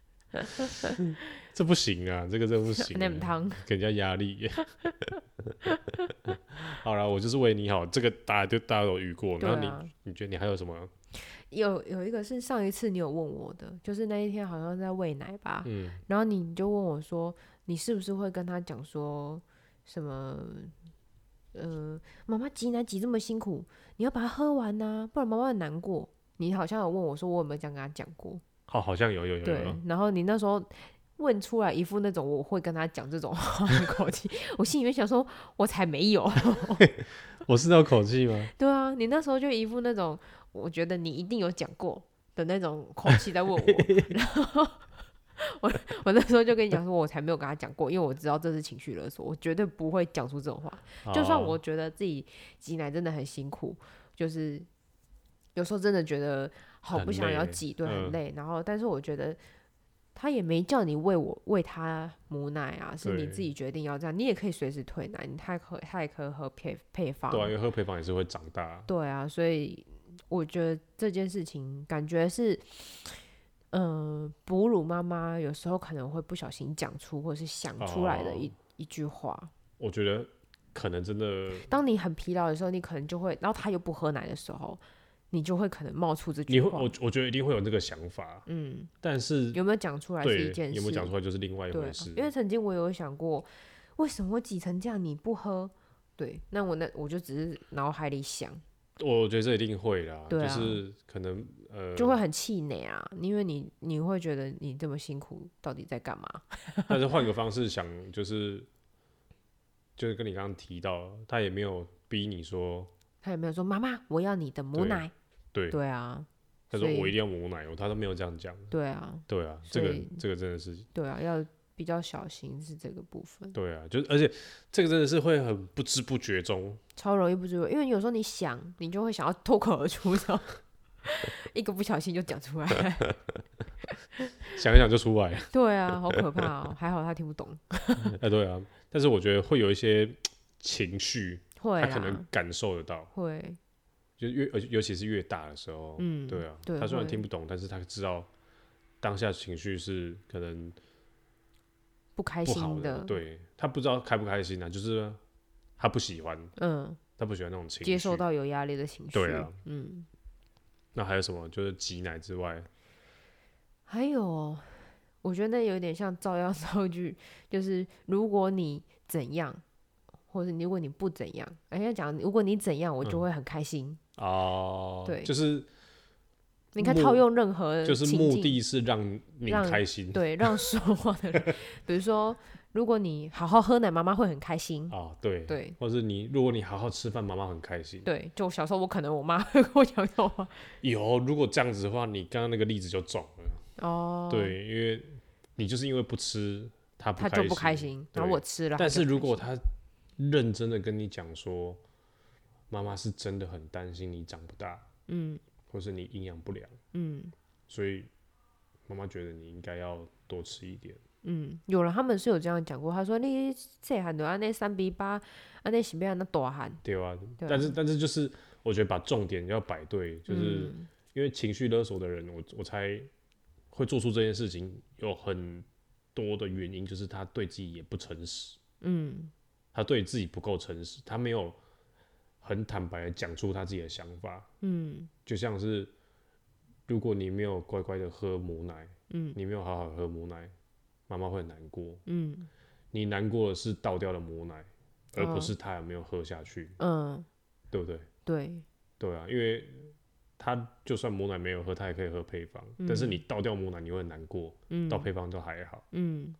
[SPEAKER 1] 这不行啊，这个真的不行、
[SPEAKER 2] [LAUGHS] 那
[SPEAKER 1] 啊
[SPEAKER 2] 么。汤
[SPEAKER 1] 给人家压力。 [LAUGHS] 好啦，我就是为你好，这个大家就大家都遇过。
[SPEAKER 2] 对
[SPEAKER 1] 然后
[SPEAKER 2] 啊
[SPEAKER 1] 你，你觉得你还有什么？
[SPEAKER 2] 有有一个是上一次你有问我的，就是那一天好像在喂奶吧，
[SPEAKER 1] 嗯，
[SPEAKER 2] 然后你就问我说，你是不是会跟他讲说什么？呃，妈妈挤奶挤这么辛苦，你要把它喝完呐、不然妈妈很难过。你好像有问我说，我有没有这样跟他讲过？
[SPEAKER 1] 好，好像有有有有
[SPEAKER 2] 对 [LAUGHS]
[SPEAKER 1] 有，，
[SPEAKER 2] 然后你那时候问出来一副那种我会跟他讲这种话的口气， [LAUGHS] 我心里面想说，我才没有。
[SPEAKER 1] 我是那口气吗？
[SPEAKER 2] 对啊，你那时候就一副那种，我觉得你一定有讲过的那种口气在问
[SPEAKER 1] [LAUGHS]
[SPEAKER 2] 我，然后我我那时候就跟你讲说，我才没有跟他讲过，因为我知道这是情绪勒索，我绝对不会讲出这种话。 [LAUGHS] 就
[SPEAKER 1] 哦
[SPEAKER 2] 算我觉得自己挤奶真的很辛苦，就是有时候真的觉得好
[SPEAKER 1] 很
[SPEAKER 2] 不想要
[SPEAKER 1] 累
[SPEAKER 2] 挤，对，很
[SPEAKER 1] 嗯
[SPEAKER 2] 累。然后，但是我觉得他也没叫你喂我喂他母奶啊，是你
[SPEAKER 1] 对
[SPEAKER 2] 自己决定要这样，你也可以随时退奶，你他也可他也可以喝配配方，
[SPEAKER 1] 对啊，因为喝配方也是会长大，
[SPEAKER 2] 对啊，所以我觉得这件事情感觉是，呃，哺乳妈妈有时候可能会不小心讲出或是想出来的一、
[SPEAKER 1] 哦
[SPEAKER 2] 一句话。
[SPEAKER 1] 我觉得可能真的
[SPEAKER 2] 当你很疲劳的时候，你可能就会，然后他又不喝奶的时候，你就会可能冒出这
[SPEAKER 1] 你
[SPEAKER 2] 句
[SPEAKER 1] 会，
[SPEAKER 2] 话。
[SPEAKER 1] 我我觉得一定会有这个想法，
[SPEAKER 2] 嗯，
[SPEAKER 1] 但是
[SPEAKER 2] 有没有讲出来是
[SPEAKER 1] 对
[SPEAKER 2] 一件事，
[SPEAKER 1] 有没有讲出来就是另外一
[SPEAKER 2] 对啊
[SPEAKER 1] 回事，，
[SPEAKER 2] 因为曾经我有想过，为什么我挤成这样你不喝？对，那我那我就只是脑海里想，
[SPEAKER 1] 我觉得这一定会啦，
[SPEAKER 2] 对啊
[SPEAKER 1] 就是可能呃，
[SPEAKER 2] 就会很气馁啊，因为你你会觉得你这么辛苦到底在干嘛？
[SPEAKER 1] 但是换个方式想，就是就是跟你刚刚提到，他也没有逼你说，
[SPEAKER 2] 他有没有说妈妈我要你的母
[SPEAKER 1] 对
[SPEAKER 2] 奶？
[SPEAKER 1] 对，
[SPEAKER 2] 对啊，
[SPEAKER 1] 他说
[SPEAKER 2] 所以
[SPEAKER 1] 我一定要母奶，哦，他都没有这样讲，
[SPEAKER 2] 对啊，
[SPEAKER 1] 对啊，
[SPEAKER 2] 所
[SPEAKER 1] 这个
[SPEAKER 2] 以
[SPEAKER 1] 这个真的是，
[SPEAKER 2] 对啊，要比较小心是这个部分，
[SPEAKER 1] 对啊，就是而且这个真的是会很不知不觉中，
[SPEAKER 2] 超容易不知道，因为有时候你想，你就会想要脱口而出，然后 [LAUGHS] 一个不小心就讲出来。
[SPEAKER 1] 想一想就出来了，
[SPEAKER 2] 对啊，好可怕哦！还好他听不懂，
[SPEAKER 1] 哎， [LAUGHS] 对啊，但是我觉得会有一些情绪，
[SPEAKER 2] 会
[SPEAKER 1] 他可能
[SPEAKER 2] 啦，
[SPEAKER 1] 感受得到，
[SPEAKER 2] 会，
[SPEAKER 1] 就越而且尤其是越大的时候，
[SPEAKER 2] 嗯
[SPEAKER 1] 对啊，
[SPEAKER 2] 对
[SPEAKER 1] 他虽然
[SPEAKER 2] 会
[SPEAKER 1] 听不懂，但是他知道当下情绪是可能
[SPEAKER 2] 不开
[SPEAKER 1] 不好
[SPEAKER 2] 心
[SPEAKER 1] 的，对他不知道开不开心啊，就是他不喜欢，
[SPEAKER 2] 嗯，
[SPEAKER 1] 他不喜欢那种情绪。
[SPEAKER 2] 接受到有压力的情绪，
[SPEAKER 1] 对啊，
[SPEAKER 2] 嗯，
[SPEAKER 1] 那还有什么？就是挤奶之外，
[SPEAKER 2] 还有，哦我觉得那有点像照样造句，就是如果你怎样，或者如果你不怎样，人家讲如果你怎样，我
[SPEAKER 1] 嗯
[SPEAKER 2] 就会很开心。
[SPEAKER 1] 哦，
[SPEAKER 2] 对
[SPEAKER 1] 就是
[SPEAKER 2] 你看
[SPEAKER 1] 目
[SPEAKER 2] 套用任何
[SPEAKER 1] 就是
[SPEAKER 2] 情
[SPEAKER 1] 目
[SPEAKER 2] 境
[SPEAKER 1] 的是让你
[SPEAKER 2] 让
[SPEAKER 1] 开心，
[SPEAKER 2] 对，让说话的人，比如说，如果你好好喝奶，妈妈会很开心。
[SPEAKER 1] 啊，对，
[SPEAKER 2] 对
[SPEAKER 1] 或是你如果你好好吃饭，妈妈很开心。
[SPEAKER 2] 对，就小时候我可能我妈会跟我讲这种话。
[SPEAKER 1] 有，如果这样子的话，你刚刚那个例子就中了，
[SPEAKER 2] 哦，，
[SPEAKER 1] 对，因为你就是因为不吃，他不
[SPEAKER 2] 她就不开心，然后
[SPEAKER 1] 对
[SPEAKER 2] 我吃了。
[SPEAKER 1] 但
[SPEAKER 2] 她就是
[SPEAKER 1] 如
[SPEAKER 2] 开
[SPEAKER 1] 果
[SPEAKER 2] 心
[SPEAKER 1] 他认真的跟你讲说，妈妈是真的很担心你长不大，
[SPEAKER 2] 嗯
[SPEAKER 1] 或是你营养不良，
[SPEAKER 2] 嗯
[SPEAKER 1] 所以妈妈觉得你应该要多吃一点。
[SPEAKER 2] 嗯，有了，他们是有这样讲过。他说你这喊的啊，那三比八，啊那是不要那大喊。
[SPEAKER 1] 对啊，
[SPEAKER 2] 对啊
[SPEAKER 1] 但是但是就是我觉得把重点要摆对，就是
[SPEAKER 2] 嗯
[SPEAKER 1] 因为情绪勒索的人，我我猜会做出这件事情有很多的原因，就是他对自己也不诚实，
[SPEAKER 2] 嗯
[SPEAKER 1] 他对自己不够诚实，他没有很坦白的讲出他自己的想法，
[SPEAKER 2] 嗯
[SPEAKER 1] 就像是如果你没有乖乖的喝母奶，
[SPEAKER 2] 嗯
[SPEAKER 1] 你没有好好喝母奶，妈妈会很难过。
[SPEAKER 2] 嗯
[SPEAKER 1] 你难过的是倒掉的母奶，而
[SPEAKER 2] 哦
[SPEAKER 1] 不是她有没有喝下去，
[SPEAKER 2] 嗯，
[SPEAKER 1] 对不对？
[SPEAKER 2] 对，
[SPEAKER 1] 对啊，因为她就算母奶没有喝，她也可以喝配方，但是你倒掉母奶，你会很难过，
[SPEAKER 2] 嗯
[SPEAKER 1] 倒配方都还好。
[SPEAKER 2] 嗯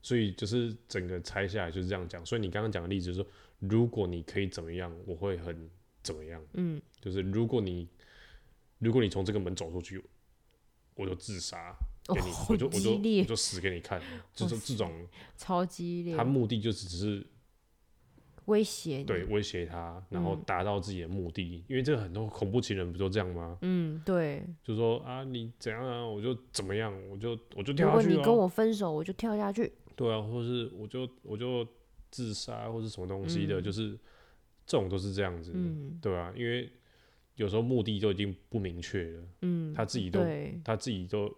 [SPEAKER 1] 所以就是整个拆下来就是这样讲。所以你刚刚讲的例子就是说，如果你可以怎么样，我会很怎么样。
[SPEAKER 2] 嗯
[SPEAKER 1] 就是如果你如果你从这个门走出去，我就自杀
[SPEAKER 2] 哦
[SPEAKER 1] 给你，
[SPEAKER 2] 好
[SPEAKER 1] 我就我就
[SPEAKER 2] 激烈
[SPEAKER 1] 我就死给你看。这
[SPEAKER 2] 哇
[SPEAKER 1] 种
[SPEAKER 2] 塞
[SPEAKER 1] 这种，
[SPEAKER 2] 超激烈嗯
[SPEAKER 1] 他，目的就是只是
[SPEAKER 2] 威胁你。
[SPEAKER 1] 对，威胁他，然
[SPEAKER 2] 嗯
[SPEAKER 1] 后达到自己的目的。因为这个很多恐怖情人不都这样吗？
[SPEAKER 2] 嗯对。
[SPEAKER 1] 就说啊，你怎样啊，我就怎么样，我就我就
[SPEAKER 2] 如
[SPEAKER 1] 跳
[SPEAKER 2] 果
[SPEAKER 1] 下去
[SPEAKER 2] 你跟
[SPEAKER 1] 哦。
[SPEAKER 2] 我分手，我就跳下去。
[SPEAKER 1] 对啊，或是我就我就自杀，或是什么东西的，
[SPEAKER 2] 嗯
[SPEAKER 1] 就是这种都是这样子，
[SPEAKER 2] 嗯
[SPEAKER 1] 对啊，因为有时候目的就已经不明确了，
[SPEAKER 2] 嗯，
[SPEAKER 1] 他自己都
[SPEAKER 2] 对，
[SPEAKER 1] 他自己都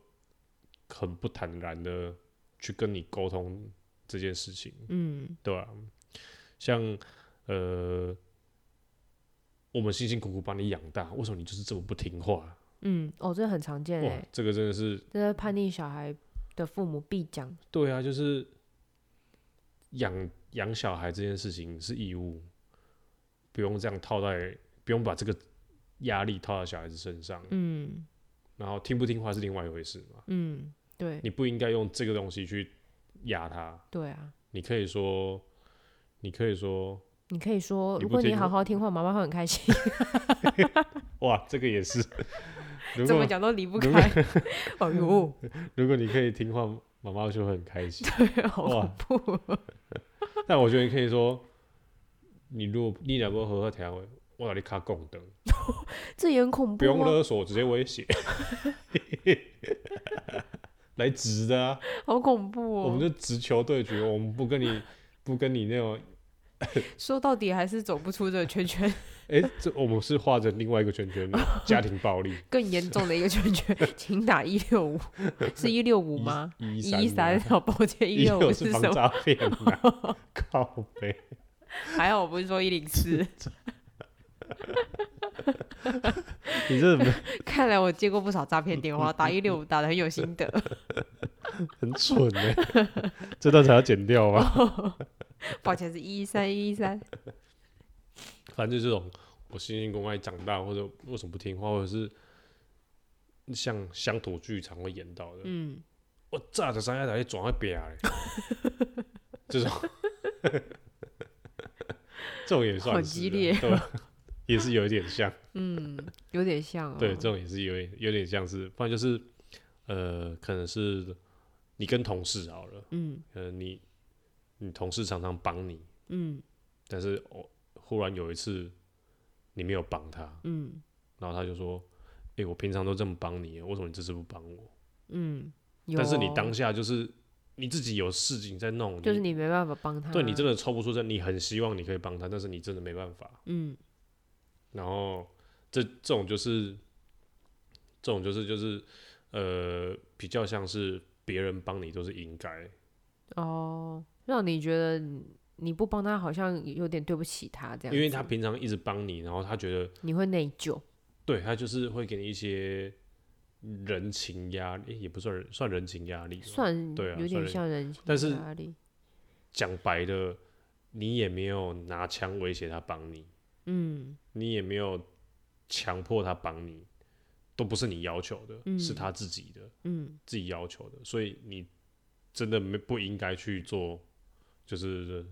[SPEAKER 1] 很不坦然的去跟你沟通这件事情，
[SPEAKER 2] 嗯
[SPEAKER 1] 对吧、像呃，我们辛辛苦苦把你养大，为什么你就是这么不听话？
[SPEAKER 2] 嗯，哦，这很常见
[SPEAKER 1] 哇
[SPEAKER 2] 诶，，
[SPEAKER 1] 这个真的是
[SPEAKER 2] 这是叛逆小孩的父母必讲。
[SPEAKER 1] 对啊，就是养养小孩这件事情是义务，不用这样套在，不用把这个压力套在小孩子身上。
[SPEAKER 2] 嗯
[SPEAKER 1] 然后听不听话是另外一回事嘛，
[SPEAKER 2] 嗯，对
[SPEAKER 1] 你不应该用这个东西去压他。
[SPEAKER 2] 对啊，
[SPEAKER 1] 你可以说，你可以说，
[SPEAKER 2] 你可以说，
[SPEAKER 1] 你
[SPEAKER 2] 如
[SPEAKER 1] 不
[SPEAKER 2] 果你
[SPEAKER 1] 听
[SPEAKER 2] 好
[SPEAKER 1] 话
[SPEAKER 2] 好听话，妈妈会很开心。
[SPEAKER 1] 哇，这个也是。 [LAUGHS] 如
[SPEAKER 2] [LAUGHS] 怎么
[SPEAKER 1] 果
[SPEAKER 2] 讲都离不
[SPEAKER 1] 如
[SPEAKER 2] 开。
[SPEAKER 1] [LAUGHS]
[SPEAKER 2] 哦呦，
[SPEAKER 1] 如果你可以听话，妈妈就会很开
[SPEAKER 2] [LAUGHS]
[SPEAKER 1] 心。
[SPEAKER 2] 啊好
[SPEAKER 1] 哇
[SPEAKER 2] 恐怖哦。
[SPEAKER 1] [LAUGHS] 但我觉得你可以说，你如果你两个合合调，我把你卡共等，
[SPEAKER 2] 这也很恐怖、啊。
[SPEAKER 1] 不用勒索，直接威胁。 [LAUGHS] 来直的啊，
[SPEAKER 2] 好恐怖哦！
[SPEAKER 1] 我们就直球对决，我们不跟你不跟你那种，
[SPEAKER 2] 说到底还是走不出这个圈圈， [LAUGHS]
[SPEAKER 1] 哎、这我们是画着另外一个圈圈的家庭暴力，
[SPEAKER 2] 更严重的一个圈圈， [LAUGHS] 请打一六五，是一六五吗？
[SPEAKER 1] 一
[SPEAKER 2] 一
[SPEAKER 1] 三
[SPEAKER 2] 三，
[SPEAKER 1] 吗
[SPEAKER 2] 哦，抱
[SPEAKER 1] [LAUGHS]
[SPEAKER 2] 歉，一
[SPEAKER 1] 一
[SPEAKER 2] 六
[SPEAKER 1] 六
[SPEAKER 2] 五
[SPEAKER 1] 是
[SPEAKER 2] 是
[SPEAKER 1] 防
[SPEAKER 2] 什么？哦
[SPEAKER 1] 诈骗啊，靠背，
[SPEAKER 2] [LAUGHS] 还好我不是说一零
[SPEAKER 1] [LAUGHS]
[SPEAKER 2] 四，
[SPEAKER 1] 你这怎么
[SPEAKER 2] 看来我接过不少诈骗
[SPEAKER 1] [LAUGHS]
[SPEAKER 2] 电话，打一六五打的很有心得， [LAUGHS]
[SPEAKER 1] 很蠢呢、 [LAUGHS] 这段才要剪掉吧？
[SPEAKER 2] 哦抱歉是一三一三，
[SPEAKER 1] 反正就这种我辛辛苦苦长大，或者为什么不听话，或者是像乡土剧常会演到的，
[SPEAKER 2] 嗯，
[SPEAKER 1] 我炸的三亚台去转会扁嘞，
[SPEAKER 2] [LAUGHS]
[SPEAKER 1] 这种 [LAUGHS] 这种也算
[SPEAKER 2] 好
[SPEAKER 1] 是
[SPEAKER 2] 激
[SPEAKER 1] 啊
[SPEAKER 2] 烈
[SPEAKER 1] 对吧也是有一点像，
[SPEAKER 2] 嗯，有点像哦。
[SPEAKER 1] 对，这种也是有点有点像是，不然就是呃，可能是你跟同事好了，
[SPEAKER 2] 嗯
[SPEAKER 1] 呃，你你同事常常帮你，
[SPEAKER 2] 嗯
[SPEAKER 1] 但是哦，忽然有一次你没有帮他，
[SPEAKER 2] 嗯
[SPEAKER 1] 然后他就说：“哎、我平常都这么帮你，为什么你这次不帮我
[SPEAKER 2] 嗯，？”有
[SPEAKER 1] 但是你
[SPEAKER 2] 哦
[SPEAKER 1] 当下就是你自己有事情在弄，
[SPEAKER 2] 就是你没办法帮他，
[SPEAKER 1] 对你真
[SPEAKER 2] 的，
[SPEAKER 1] 的抽不出身，你很希望你可以帮他，但是你真的没办法。
[SPEAKER 2] 嗯
[SPEAKER 1] 然后这这种就是这种就是就是呃，比较像是别人帮你都是应该，
[SPEAKER 2] 哦，让你觉得你不帮他好像有点对不起他这样子，
[SPEAKER 1] 因为他嗯平常一直帮你，然后他觉得
[SPEAKER 2] 你会内疚，
[SPEAKER 1] 对他就是会给你一些人情压力，诶也不算人算人情压力吧，
[SPEAKER 2] 算
[SPEAKER 1] 对啊算
[SPEAKER 2] 有点
[SPEAKER 1] 人
[SPEAKER 2] 像人情
[SPEAKER 1] 但是
[SPEAKER 2] 压力，
[SPEAKER 1] 讲白的，你也没有拿枪威胁他帮你，
[SPEAKER 2] 嗯
[SPEAKER 1] 你也没有强迫他帮你，都不是你要求的，
[SPEAKER 2] 嗯
[SPEAKER 1] 是他自己的
[SPEAKER 2] 嗯
[SPEAKER 1] 自己要求的，所以你真的没不应该去做，就是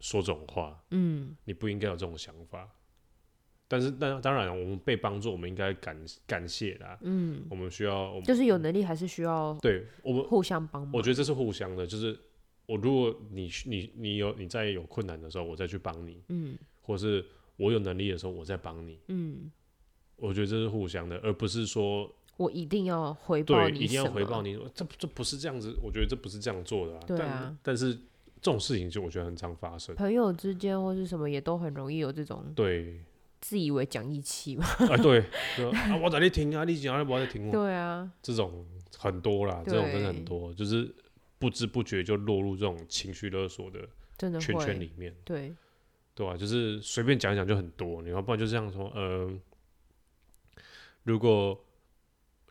[SPEAKER 1] 说这种话，
[SPEAKER 2] 嗯
[SPEAKER 1] 你不应该有这种想法。但是，但当然，我们被帮助，我们应该感感谢啦。
[SPEAKER 2] 嗯，
[SPEAKER 1] 我们需要，我们
[SPEAKER 2] 就是有能力还是需要
[SPEAKER 1] 对我们，
[SPEAKER 2] 互相帮忙，
[SPEAKER 1] 我觉得这是互相的。就是我，如果你你你有你在有困难的时候，我再去帮你，
[SPEAKER 2] 嗯
[SPEAKER 1] 或是我有能力的时候我再帮你，
[SPEAKER 2] 嗯，
[SPEAKER 1] 我觉得这是互相的，而不是说
[SPEAKER 2] 我一定要回报
[SPEAKER 1] 对
[SPEAKER 2] 你，
[SPEAKER 1] 一定要回报，你，这这不是这样子，我觉得这不是这样做的、啊。
[SPEAKER 2] 对
[SPEAKER 1] 但
[SPEAKER 2] 啊
[SPEAKER 1] 但是这种事情就我觉得很常发生。
[SPEAKER 2] 朋友之间或是什么也都很容易有这种
[SPEAKER 1] 对，
[SPEAKER 2] 自以为讲义气嘛，
[SPEAKER 1] 啊对，就啊我在那听啊，你讲啊我在听我，
[SPEAKER 2] [LAUGHS] 对啊，
[SPEAKER 1] 这种很多啦，这种真的很
[SPEAKER 2] 对
[SPEAKER 1] 多，就是不知不觉就落入这种情绪勒索的
[SPEAKER 2] 真的
[SPEAKER 1] 圈圈
[SPEAKER 2] 会，
[SPEAKER 1] 里面。
[SPEAKER 2] 对，
[SPEAKER 1] 对啊，就是随便讲一讲就很多，你要不然就这样说，呃，如果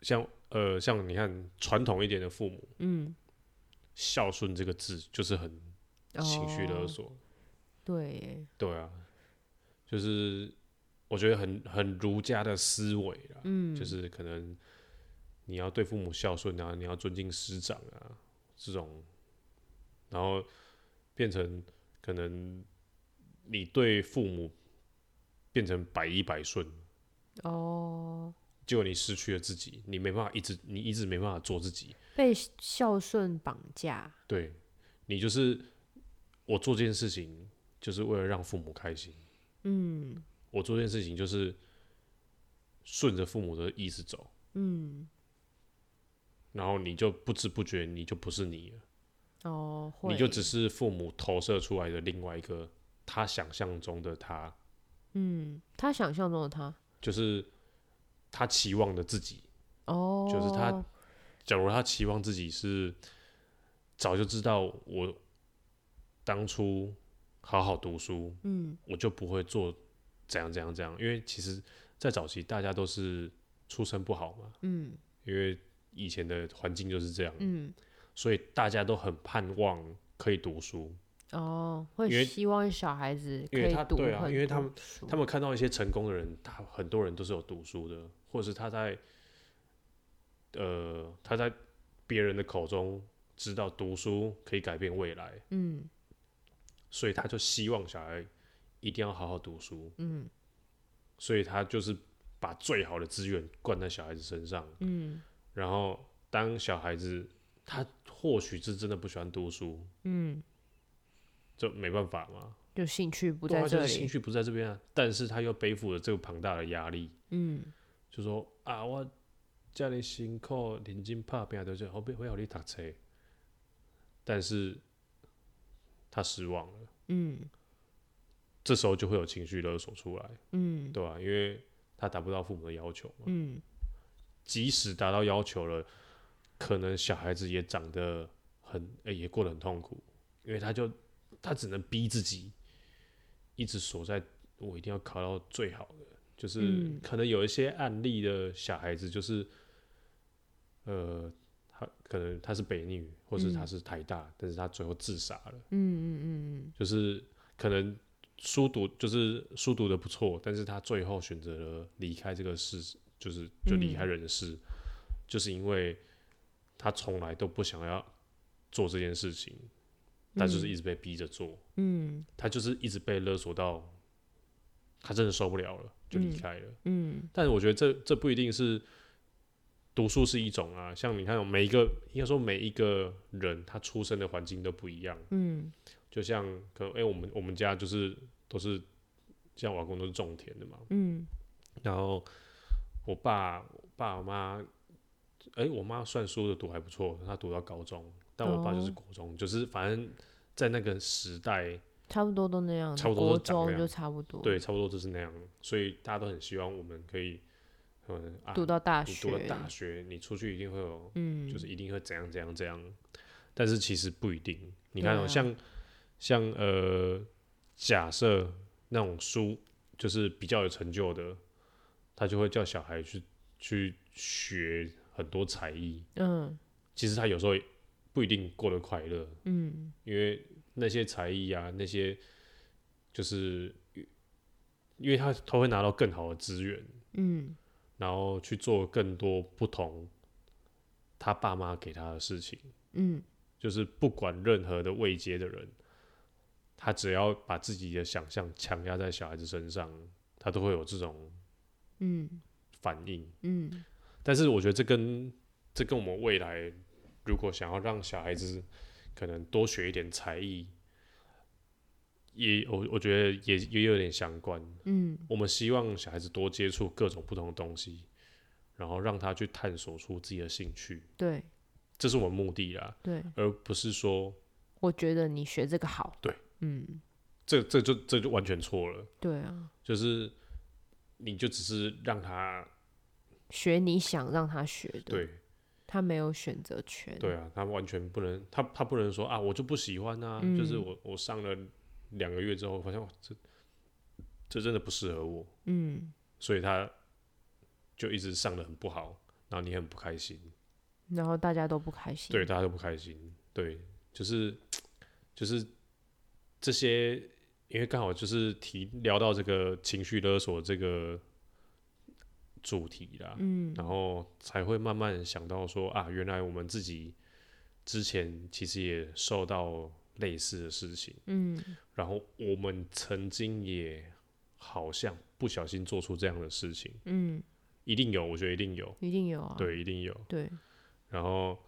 [SPEAKER 1] 像呃像你看传统一点的父母，
[SPEAKER 2] 嗯，
[SPEAKER 1] 孝顺这个字就是很情绪勒
[SPEAKER 2] 哦
[SPEAKER 1] 索，
[SPEAKER 2] 对耶，
[SPEAKER 1] 对啊，就是我觉得很很儒家的思维啦，
[SPEAKER 2] 嗯，
[SPEAKER 1] 就是可能你要对父母孝顺啊，你要尊敬师长啊这种，然后变成可能你对父母变成百依百顺，
[SPEAKER 2] 哦，
[SPEAKER 1] 结果你失去了自己，你没办法一直你一直没办法做自己，
[SPEAKER 2] 被孝顺绑架，
[SPEAKER 1] 对你就是我做这件事情就是为了让父母开心，
[SPEAKER 2] 嗯
[SPEAKER 1] 我做这件事情就是顺着父母的意思走，
[SPEAKER 2] 嗯，
[SPEAKER 1] 然后你就不知不觉你就不是你了。
[SPEAKER 2] 哦，会，
[SPEAKER 1] 你就只是父母投射出来的另外一个他想象中的他，
[SPEAKER 2] 嗯，他想象中的他，
[SPEAKER 1] 就是他期望的自己。
[SPEAKER 2] 哦，
[SPEAKER 1] 就是他假如他期望自己是早就知道我当初好好读书，
[SPEAKER 2] 嗯
[SPEAKER 1] 我就不会做怎样怎样怎样。因为其实，在早期大家都是出身不好嘛，
[SPEAKER 2] 嗯
[SPEAKER 1] 因为以前的环境就是这样，
[SPEAKER 2] 嗯，
[SPEAKER 1] 所以大家都很盼望可以读书。
[SPEAKER 2] 哦，
[SPEAKER 1] 因为
[SPEAKER 2] 会希望小孩子可
[SPEAKER 1] 因为
[SPEAKER 2] 以
[SPEAKER 1] 他
[SPEAKER 2] 读
[SPEAKER 1] 对啊
[SPEAKER 2] 很
[SPEAKER 1] 因为
[SPEAKER 2] 多
[SPEAKER 1] 他们
[SPEAKER 2] 书
[SPEAKER 1] 他们看到一些成功的人，他很多人都是有读书的，或者是他在呃他在别人的口中知道读书可以改变未来，
[SPEAKER 2] 嗯
[SPEAKER 1] 所以他就希望小孩一定要好好读书，
[SPEAKER 2] 嗯
[SPEAKER 1] 所以他就是把最好的资源灌在小孩子身上，
[SPEAKER 2] 嗯
[SPEAKER 1] 然后当小孩子他或许是真的不喜欢读书，
[SPEAKER 2] 嗯，
[SPEAKER 1] 就没办法嘛，
[SPEAKER 2] 就兴趣不
[SPEAKER 1] 对啊
[SPEAKER 2] 在
[SPEAKER 1] 就
[SPEAKER 2] 这
[SPEAKER 1] 是兴
[SPEAKER 2] 里，
[SPEAKER 1] 趣不在这边啊，但是他又背负了这个庞大的压力，
[SPEAKER 2] 嗯
[SPEAKER 1] 就说啊，我遮尔辛苦，认真拍拼，就是后壁会互你读册，但是他失望了，
[SPEAKER 2] 嗯
[SPEAKER 1] 这时候就会有情绪勒索出来，
[SPEAKER 2] 嗯
[SPEAKER 1] 对吧、啊因为他达不到父母的要求嘛，
[SPEAKER 2] 嗯，
[SPEAKER 1] 即使达到要求了，可能小孩子也长得很，诶也过得很痛苦，因为他就他只能逼自己，一直锁在我一定要考到最好的，就是
[SPEAKER 2] 嗯
[SPEAKER 1] 可能有一些案例的小孩子就是，呃，他可能他是北女，或是他是台大，但是他最后自杀了，嗯嗯嗯，就是可能。书读就是书读的不错，但是他最后选择了离开这个世就是就离开人世，就是因为他从来都不想要做这件事情，但就是一直被逼着做，嗯，他就是一直被勒索到，他真的受不了了，就离开了，嗯，但是我觉得这这不一定是读书是一种啊，像你看每一个应该说每一个人他出生的环境都不一样，嗯，就像可能哎、我们我们家就是都是像我老公都是种田的嘛，嗯，然后。我爸、我爸、我妈，哎、我妈算书的读还不错，她读到高中，但我爸就是
[SPEAKER 2] 哦
[SPEAKER 1] 国中，就是反正在那个时代，
[SPEAKER 2] 差不多都那样子，
[SPEAKER 1] 差不多
[SPEAKER 2] 国
[SPEAKER 1] 都长那
[SPEAKER 2] 中
[SPEAKER 1] 样
[SPEAKER 2] 就差不多，
[SPEAKER 1] 对，，差不多就是那样，所以大家都很希望我们可以，嗯啊，
[SPEAKER 2] 读到大
[SPEAKER 1] 你
[SPEAKER 2] 学，
[SPEAKER 1] 读了大学，你出去一定会有，
[SPEAKER 2] 嗯，
[SPEAKER 1] 就是一定会怎样怎样怎样，但是其实不一定。你看、哦
[SPEAKER 2] 对啊
[SPEAKER 1] 像像呃，假设那种书就是比较有成就的，他就会叫小孩去去学很多才艺。
[SPEAKER 2] 嗯
[SPEAKER 1] 其实他有时候不一定过得快乐，
[SPEAKER 2] 嗯
[SPEAKER 1] 因为那些才艺啊，那些就是因为他他会拿到更好的资源，
[SPEAKER 2] 嗯
[SPEAKER 1] 然后去做更多不同他爸妈给他的事情。
[SPEAKER 2] 嗯
[SPEAKER 1] 就是不管任何的位阶的人，他只要把自己的想象强压在小孩子身上，他都会有这种
[SPEAKER 2] 嗯
[SPEAKER 1] 反应。
[SPEAKER 2] 嗯
[SPEAKER 1] 但是我觉得这跟这跟我们未来如果想要让小孩子可能多学一点才艺，也我我觉得也也有点相关。
[SPEAKER 2] 嗯
[SPEAKER 1] 我们希望小孩子多接触各种不同的东西，然后让他去探索出自己的兴趣，
[SPEAKER 2] 对
[SPEAKER 1] 这是我们目的啦，
[SPEAKER 2] 对，
[SPEAKER 1] 而不是说
[SPEAKER 2] 我觉得你学这个好，
[SPEAKER 1] 对，
[SPEAKER 2] 嗯，
[SPEAKER 1] 这这就这就完全错了。
[SPEAKER 2] 对啊，
[SPEAKER 1] 就是你就只是让他
[SPEAKER 2] 学你想让他学的，
[SPEAKER 1] 对
[SPEAKER 2] 他没有选择权，
[SPEAKER 1] 对啊，他完全不能，他他不能说啊，我就不喜欢啊，
[SPEAKER 2] 嗯
[SPEAKER 1] 就是我我上了两个月之后，发现哇哦这这真的不适合我，
[SPEAKER 2] 嗯，
[SPEAKER 1] 所以他就一直上的很不好，然后你很不开心，
[SPEAKER 2] 然后大家都不开心，
[SPEAKER 1] 对，大家都不开心，对，就是就是这些，因为刚好就是提聊到这个情绪勒索这个主题啦，
[SPEAKER 2] 嗯
[SPEAKER 1] 然后才会慢慢想到说啊，原来我们自己之前其实也受到类似的事情，
[SPEAKER 2] 嗯
[SPEAKER 1] 然后我们曾经也好像不小心做出这样的事情，
[SPEAKER 2] 嗯，
[SPEAKER 1] 一定有，我觉得一定有，
[SPEAKER 2] 一定有啊，
[SPEAKER 1] 对，一定有。
[SPEAKER 2] 对，
[SPEAKER 1] 然后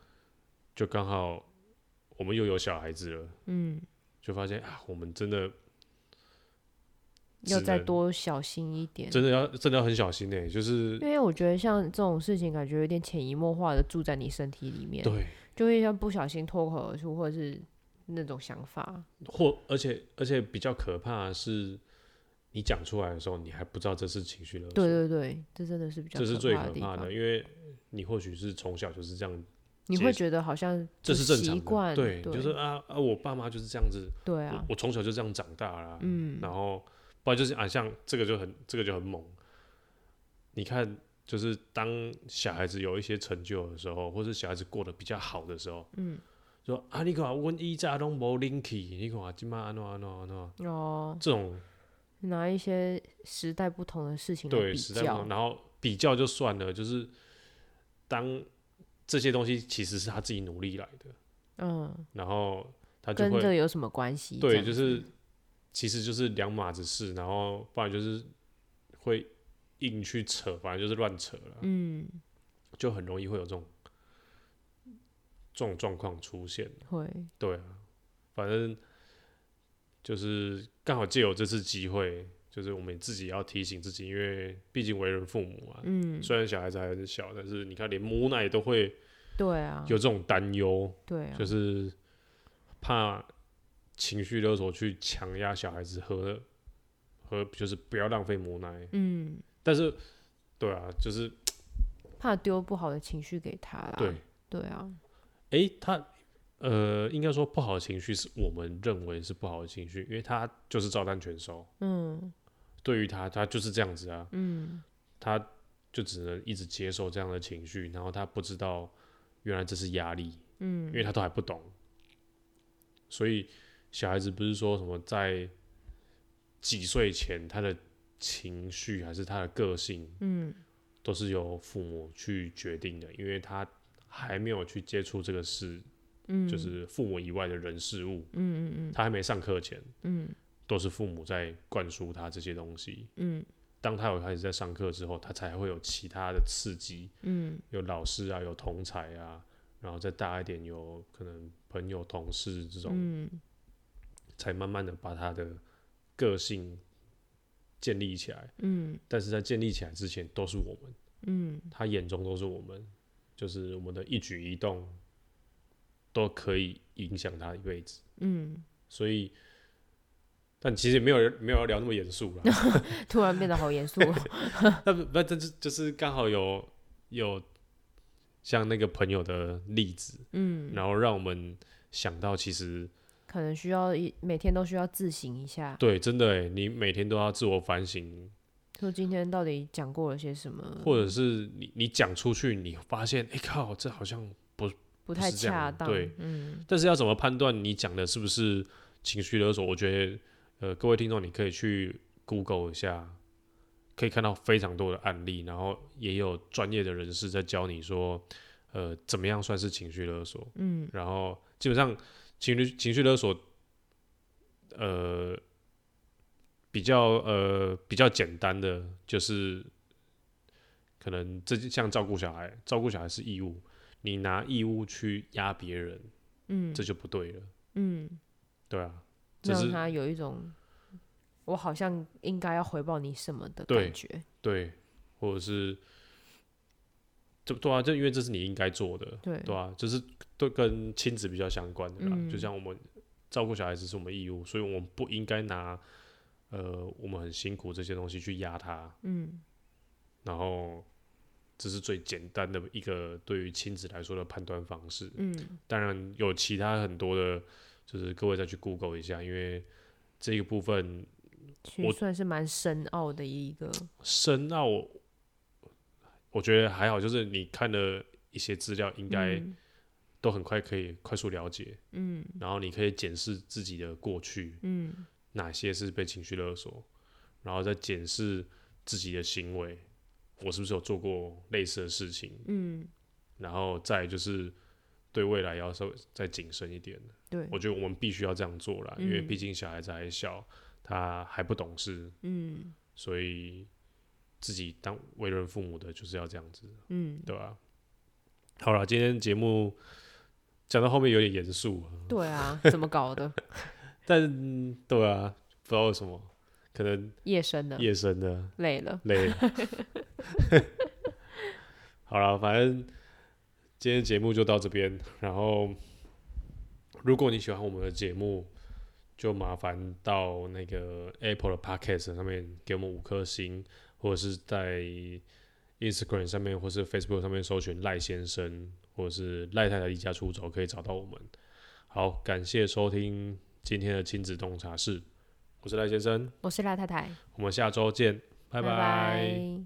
[SPEAKER 1] 就刚好我们又有小孩子了，
[SPEAKER 2] 嗯，
[SPEAKER 1] 就发现啊，我们真的
[SPEAKER 2] 要
[SPEAKER 1] 只
[SPEAKER 2] 再
[SPEAKER 1] 能
[SPEAKER 2] 多小心一点，
[SPEAKER 1] 真的要真的要很小心呢、欸就是
[SPEAKER 2] 因为我觉得像这种事情，感觉有点潜移默化的住在你身体里面，
[SPEAKER 1] 对，
[SPEAKER 2] 就会像不小心脱口而出，或者是那种想法，
[SPEAKER 1] 或而且而且比较可怕的是，你讲出来的时候，你还不知道这是情绪勒索，
[SPEAKER 2] 对对对，这真的是比较
[SPEAKER 1] 这是最
[SPEAKER 2] 怕
[SPEAKER 1] 可
[SPEAKER 2] 地
[SPEAKER 1] 怕
[SPEAKER 2] 方
[SPEAKER 1] 的，。因为你或许是从小就是这样，
[SPEAKER 2] 你
[SPEAKER 1] 接
[SPEAKER 2] 会
[SPEAKER 1] 受
[SPEAKER 2] 觉得好像
[SPEAKER 1] 这
[SPEAKER 2] 不
[SPEAKER 1] 是正
[SPEAKER 2] 习
[SPEAKER 1] 常的，
[SPEAKER 2] 惯，
[SPEAKER 1] 对，
[SPEAKER 2] 对，
[SPEAKER 1] 就是啊啊，我爸妈就是这样子，
[SPEAKER 2] 对啊
[SPEAKER 1] 我，我从小就这样长大啦，
[SPEAKER 2] 嗯
[SPEAKER 1] 然后不然就是啊，像这个就很这个就很猛。你看，就是当小孩子有一些成就的时候，或是小孩子过得比较好的时候，
[SPEAKER 2] 嗯，
[SPEAKER 1] 说啊，你看我以前拢无灵气，你看今嘛安怎安怎安怎，
[SPEAKER 2] 哦，
[SPEAKER 1] 这种
[SPEAKER 2] 拿一些时代不同的事情来
[SPEAKER 1] 对
[SPEAKER 2] 比
[SPEAKER 1] 时代不
[SPEAKER 2] 较嗯
[SPEAKER 1] 同，，然后比较就算了，就是当这些东西其实是他自己努力来的，
[SPEAKER 2] 嗯，
[SPEAKER 1] 然后他就
[SPEAKER 2] 跟
[SPEAKER 1] 会
[SPEAKER 2] 这有什么关系？这
[SPEAKER 1] 对，
[SPEAKER 2] 样
[SPEAKER 1] 就
[SPEAKER 2] 子
[SPEAKER 1] 是其实就是两码子事，然后不然就是会硬去扯，反正就是乱扯了，
[SPEAKER 2] 嗯，
[SPEAKER 1] 就很容易会有这种这种状况出现。
[SPEAKER 2] 会，
[SPEAKER 1] 对啊，反正就是刚好借由这次机会，就是我们自己要提醒自己，因为毕竟为人父母啊嘛。
[SPEAKER 2] 嗯，
[SPEAKER 1] 虽然小孩子还很小，但是你看，连母奶都会
[SPEAKER 2] 对啊，
[SPEAKER 1] 有这种担忧，
[SPEAKER 2] 对啊，
[SPEAKER 1] 就是怕情绪勒索去强压小孩子喝喝，就是不要浪费母奶。
[SPEAKER 2] 嗯，
[SPEAKER 1] 但是，对啊，就是
[SPEAKER 2] 怕丢不好的情绪给他啦。
[SPEAKER 1] 对，
[SPEAKER 2] 对啊，
[SPEAKER 1] 诶，他呃，应该说不好的情绪是我们认为是不好的情绪，因为他就是照单全收。
[SPEAKER 2] 嗯
[SPEAKER 1] 对于他，他就是这样子啊，
[SPEAKER 2] 嗯，
[SPEAKER 1] 他就只能一直接受这样的情绪，然后他不知道原来这是压力，
[SPEAKER 2] 嗯，
[SPEAKER 1] 因为他都还不懂。所以小孩子不是说什么在几岁前他的情绪还是他的个性
[SPEAKER 2] 嗯
[SPEAKER 1] 都是由父母去决定的，因为他还没有去接触这个事，
[SPEAKER 2] 嗯，
[SPEAKER 1] 就是父母以外的人事物，
[SPEAKER 2] 嗯嗯
[SPEAKER 1] 他还没上课前
[SPEAKER 2] 嗯
[SPEAKER 1] 都是父母在灌输他这些东西。
[SPEAKER 2] 嗯
[SPEAKER 1] 当他有开始在上课之后，他才会有其他的刺激，
[SPEAKER 2] 嗯
[SPEAKER 1] 有老师啊，有同才啊，然后再大一点有可能朋友、同事这种，
[SPEAKER 2] 嗯
[SPEAKER 1] 才慢慢的把他的个性建立起来。
[SPEAKER 2] 嗯
[SPEAKER 1] 但是在建立起来之前，都是我们，
[SPEAKER 2] 嗯
[SPEAKER 1] 他眼中都是我们，就是我们的一举一动都可以影响他一辈子。
[SPEAKER 2] 嗯，
[SPEAKER 1] 所以，但其实也没有人没有要聊那么严肃啦。
[SPEAKER 2] 突然变得好严肃
[SPEAKER 1] [LAUGHS]
[SPEAKER 2] 哦。
[SPEAKER 1] 那不不，这就就是刚好有有像那个朋友的例子，
[SPEAKER 2] 嗯，
[SPEAKER 1] 然后让我们想到，其实
[SPEAKER 2] 可能需要一每天都需要自省一下，
[SPEAKER 1] 对，真的欸，你每天都要自我反省，
[SPEAKER 2] 说今天到底讲过了些什么，
[SPEAKER 1] 或者是你你讲出去，你发现，哎、靠，这好像，
[SPEAKER 2] 不太
[SPEAKER 1] 不是这样
[SPEAKER 2] 恰当。
[SPEAKER 1] 对
[SPEAKER 2] 嗯
[SPEAKER 1] 但是要怎么判断你讲的是不是情绪勒索？我觉得，呃，各位听众，你可以去 Google 一下。可以看到非常多的案例，然后也有专业的人士在教你说，呃，怎么样算是情绪勒索？
[SPEAKER 2] 嗯
[SPEAKER 1] 然后基本上情绪情绪勒索，呃，比较呃比较简单的就是，可能这就像照顾小孩，照顾小孩是义务，你拿义务去压别人，
[SPEAKER 2] 嗯
[SPEAKER 1] 这就不对了，
[SPEAKER 2] 嗯，
[SPEAKER 1] 对啊，这
[SPEAKER 2] 让
[SPEAKER 1] 是
[SPEAKER 2] 他有一种我好像应该要回报你什么的
[SPEAKER 1] 对
[SPEAKER 2] 感觉。
[SPEAKER 1] 对，或者是。这对啊，这因为这是你应该做的，
[SPEAKER 2] 对
[SPEAKER 1] 对啊，这是都跟亲子比较相关的啦。
[SPEAKER 2] 嗯
[SPEAKER 1] 就像我们照顾小孩子是我们义务，所以我们不应该拿呃我们很辛苦这些东西去压他。
[SPEAKER 2] 嗯
[SPEAKER 1] 然后这是最简单的一个对于亲子来说的判断方式。
[SPEAKER 2] 嗯
[SPEAKER 1] 当然有其他很多的，就是各位再去 Google 一下，因为这个部分
[SPEAKER 2] 其
[SPEAKER 1] 我
[SPEAKER 2] 实算是蛮深奥的一个，
[SPEAKER 1] 深奥，我觉得还好，就是你看了一些资料，应该
[SPEAKER 2] 嗯
[SPEAKER 1] 都很快可以快速了解。
[SPEAKER 2] 嗯
[SPEAKER 1] 然后你可以检视自己的过去，
[SPEAKER 2] 嗯
[SPEAKER 1] 哪些是被情绪勒索，然后再检视自己的行为，我是不是有做过类似的事情，
[SPEAKER 2] 嗯，
[SPEAKER 1] 然后再来就是对未来要稍微再谨慎一点。
[SPEAKER 2] 对，
[SPEAKER 1] 我觉得我们必须要这样做啦，
[SPEAKER 2] 嗯
[SPEAKER 1] 因为毕竟小孩子还小，他还不懂事，
[SPEAKER 2] 嗯
[SPEAKER 1] 所以自己当为人父母的就是要这样子，
[SPEAKER 2] 嗯，
[SPEAKER 1] 对吧、好了，今天节目讲到后面有点严肃啊，
[SPEAKER 2] 对啊，怎么搞
[SPEAKER 1] [LAUGHS]
[SPEAKER 2] 的？
[SPEAKER 1] 但对啊，不知道为什么，可能
[SPEAKER 2] 夜深了，
[SPEAKER 1] 夜深的
[SPEAKER 2] 累了，
[SPEAKER 1] 累 [LAUGHS] 了。好了，反正今天节目就到这边。然后，如果你喜欢我们的节目，就麻烦到那个 Apple 的 Podcast 上面给我们五颗星，或者是在 Instagram 上面或是 Facebook 上面搜寻赖先生或者是赖太太一家出走，可以找到我们。好，感谢收听今天的亲子洞察室，我是赖先生，
[SPEAKER 2] 我是赖太太，
[SPEAKER 1] 我们下周见，拜拜
[SPEAKER 2] 拜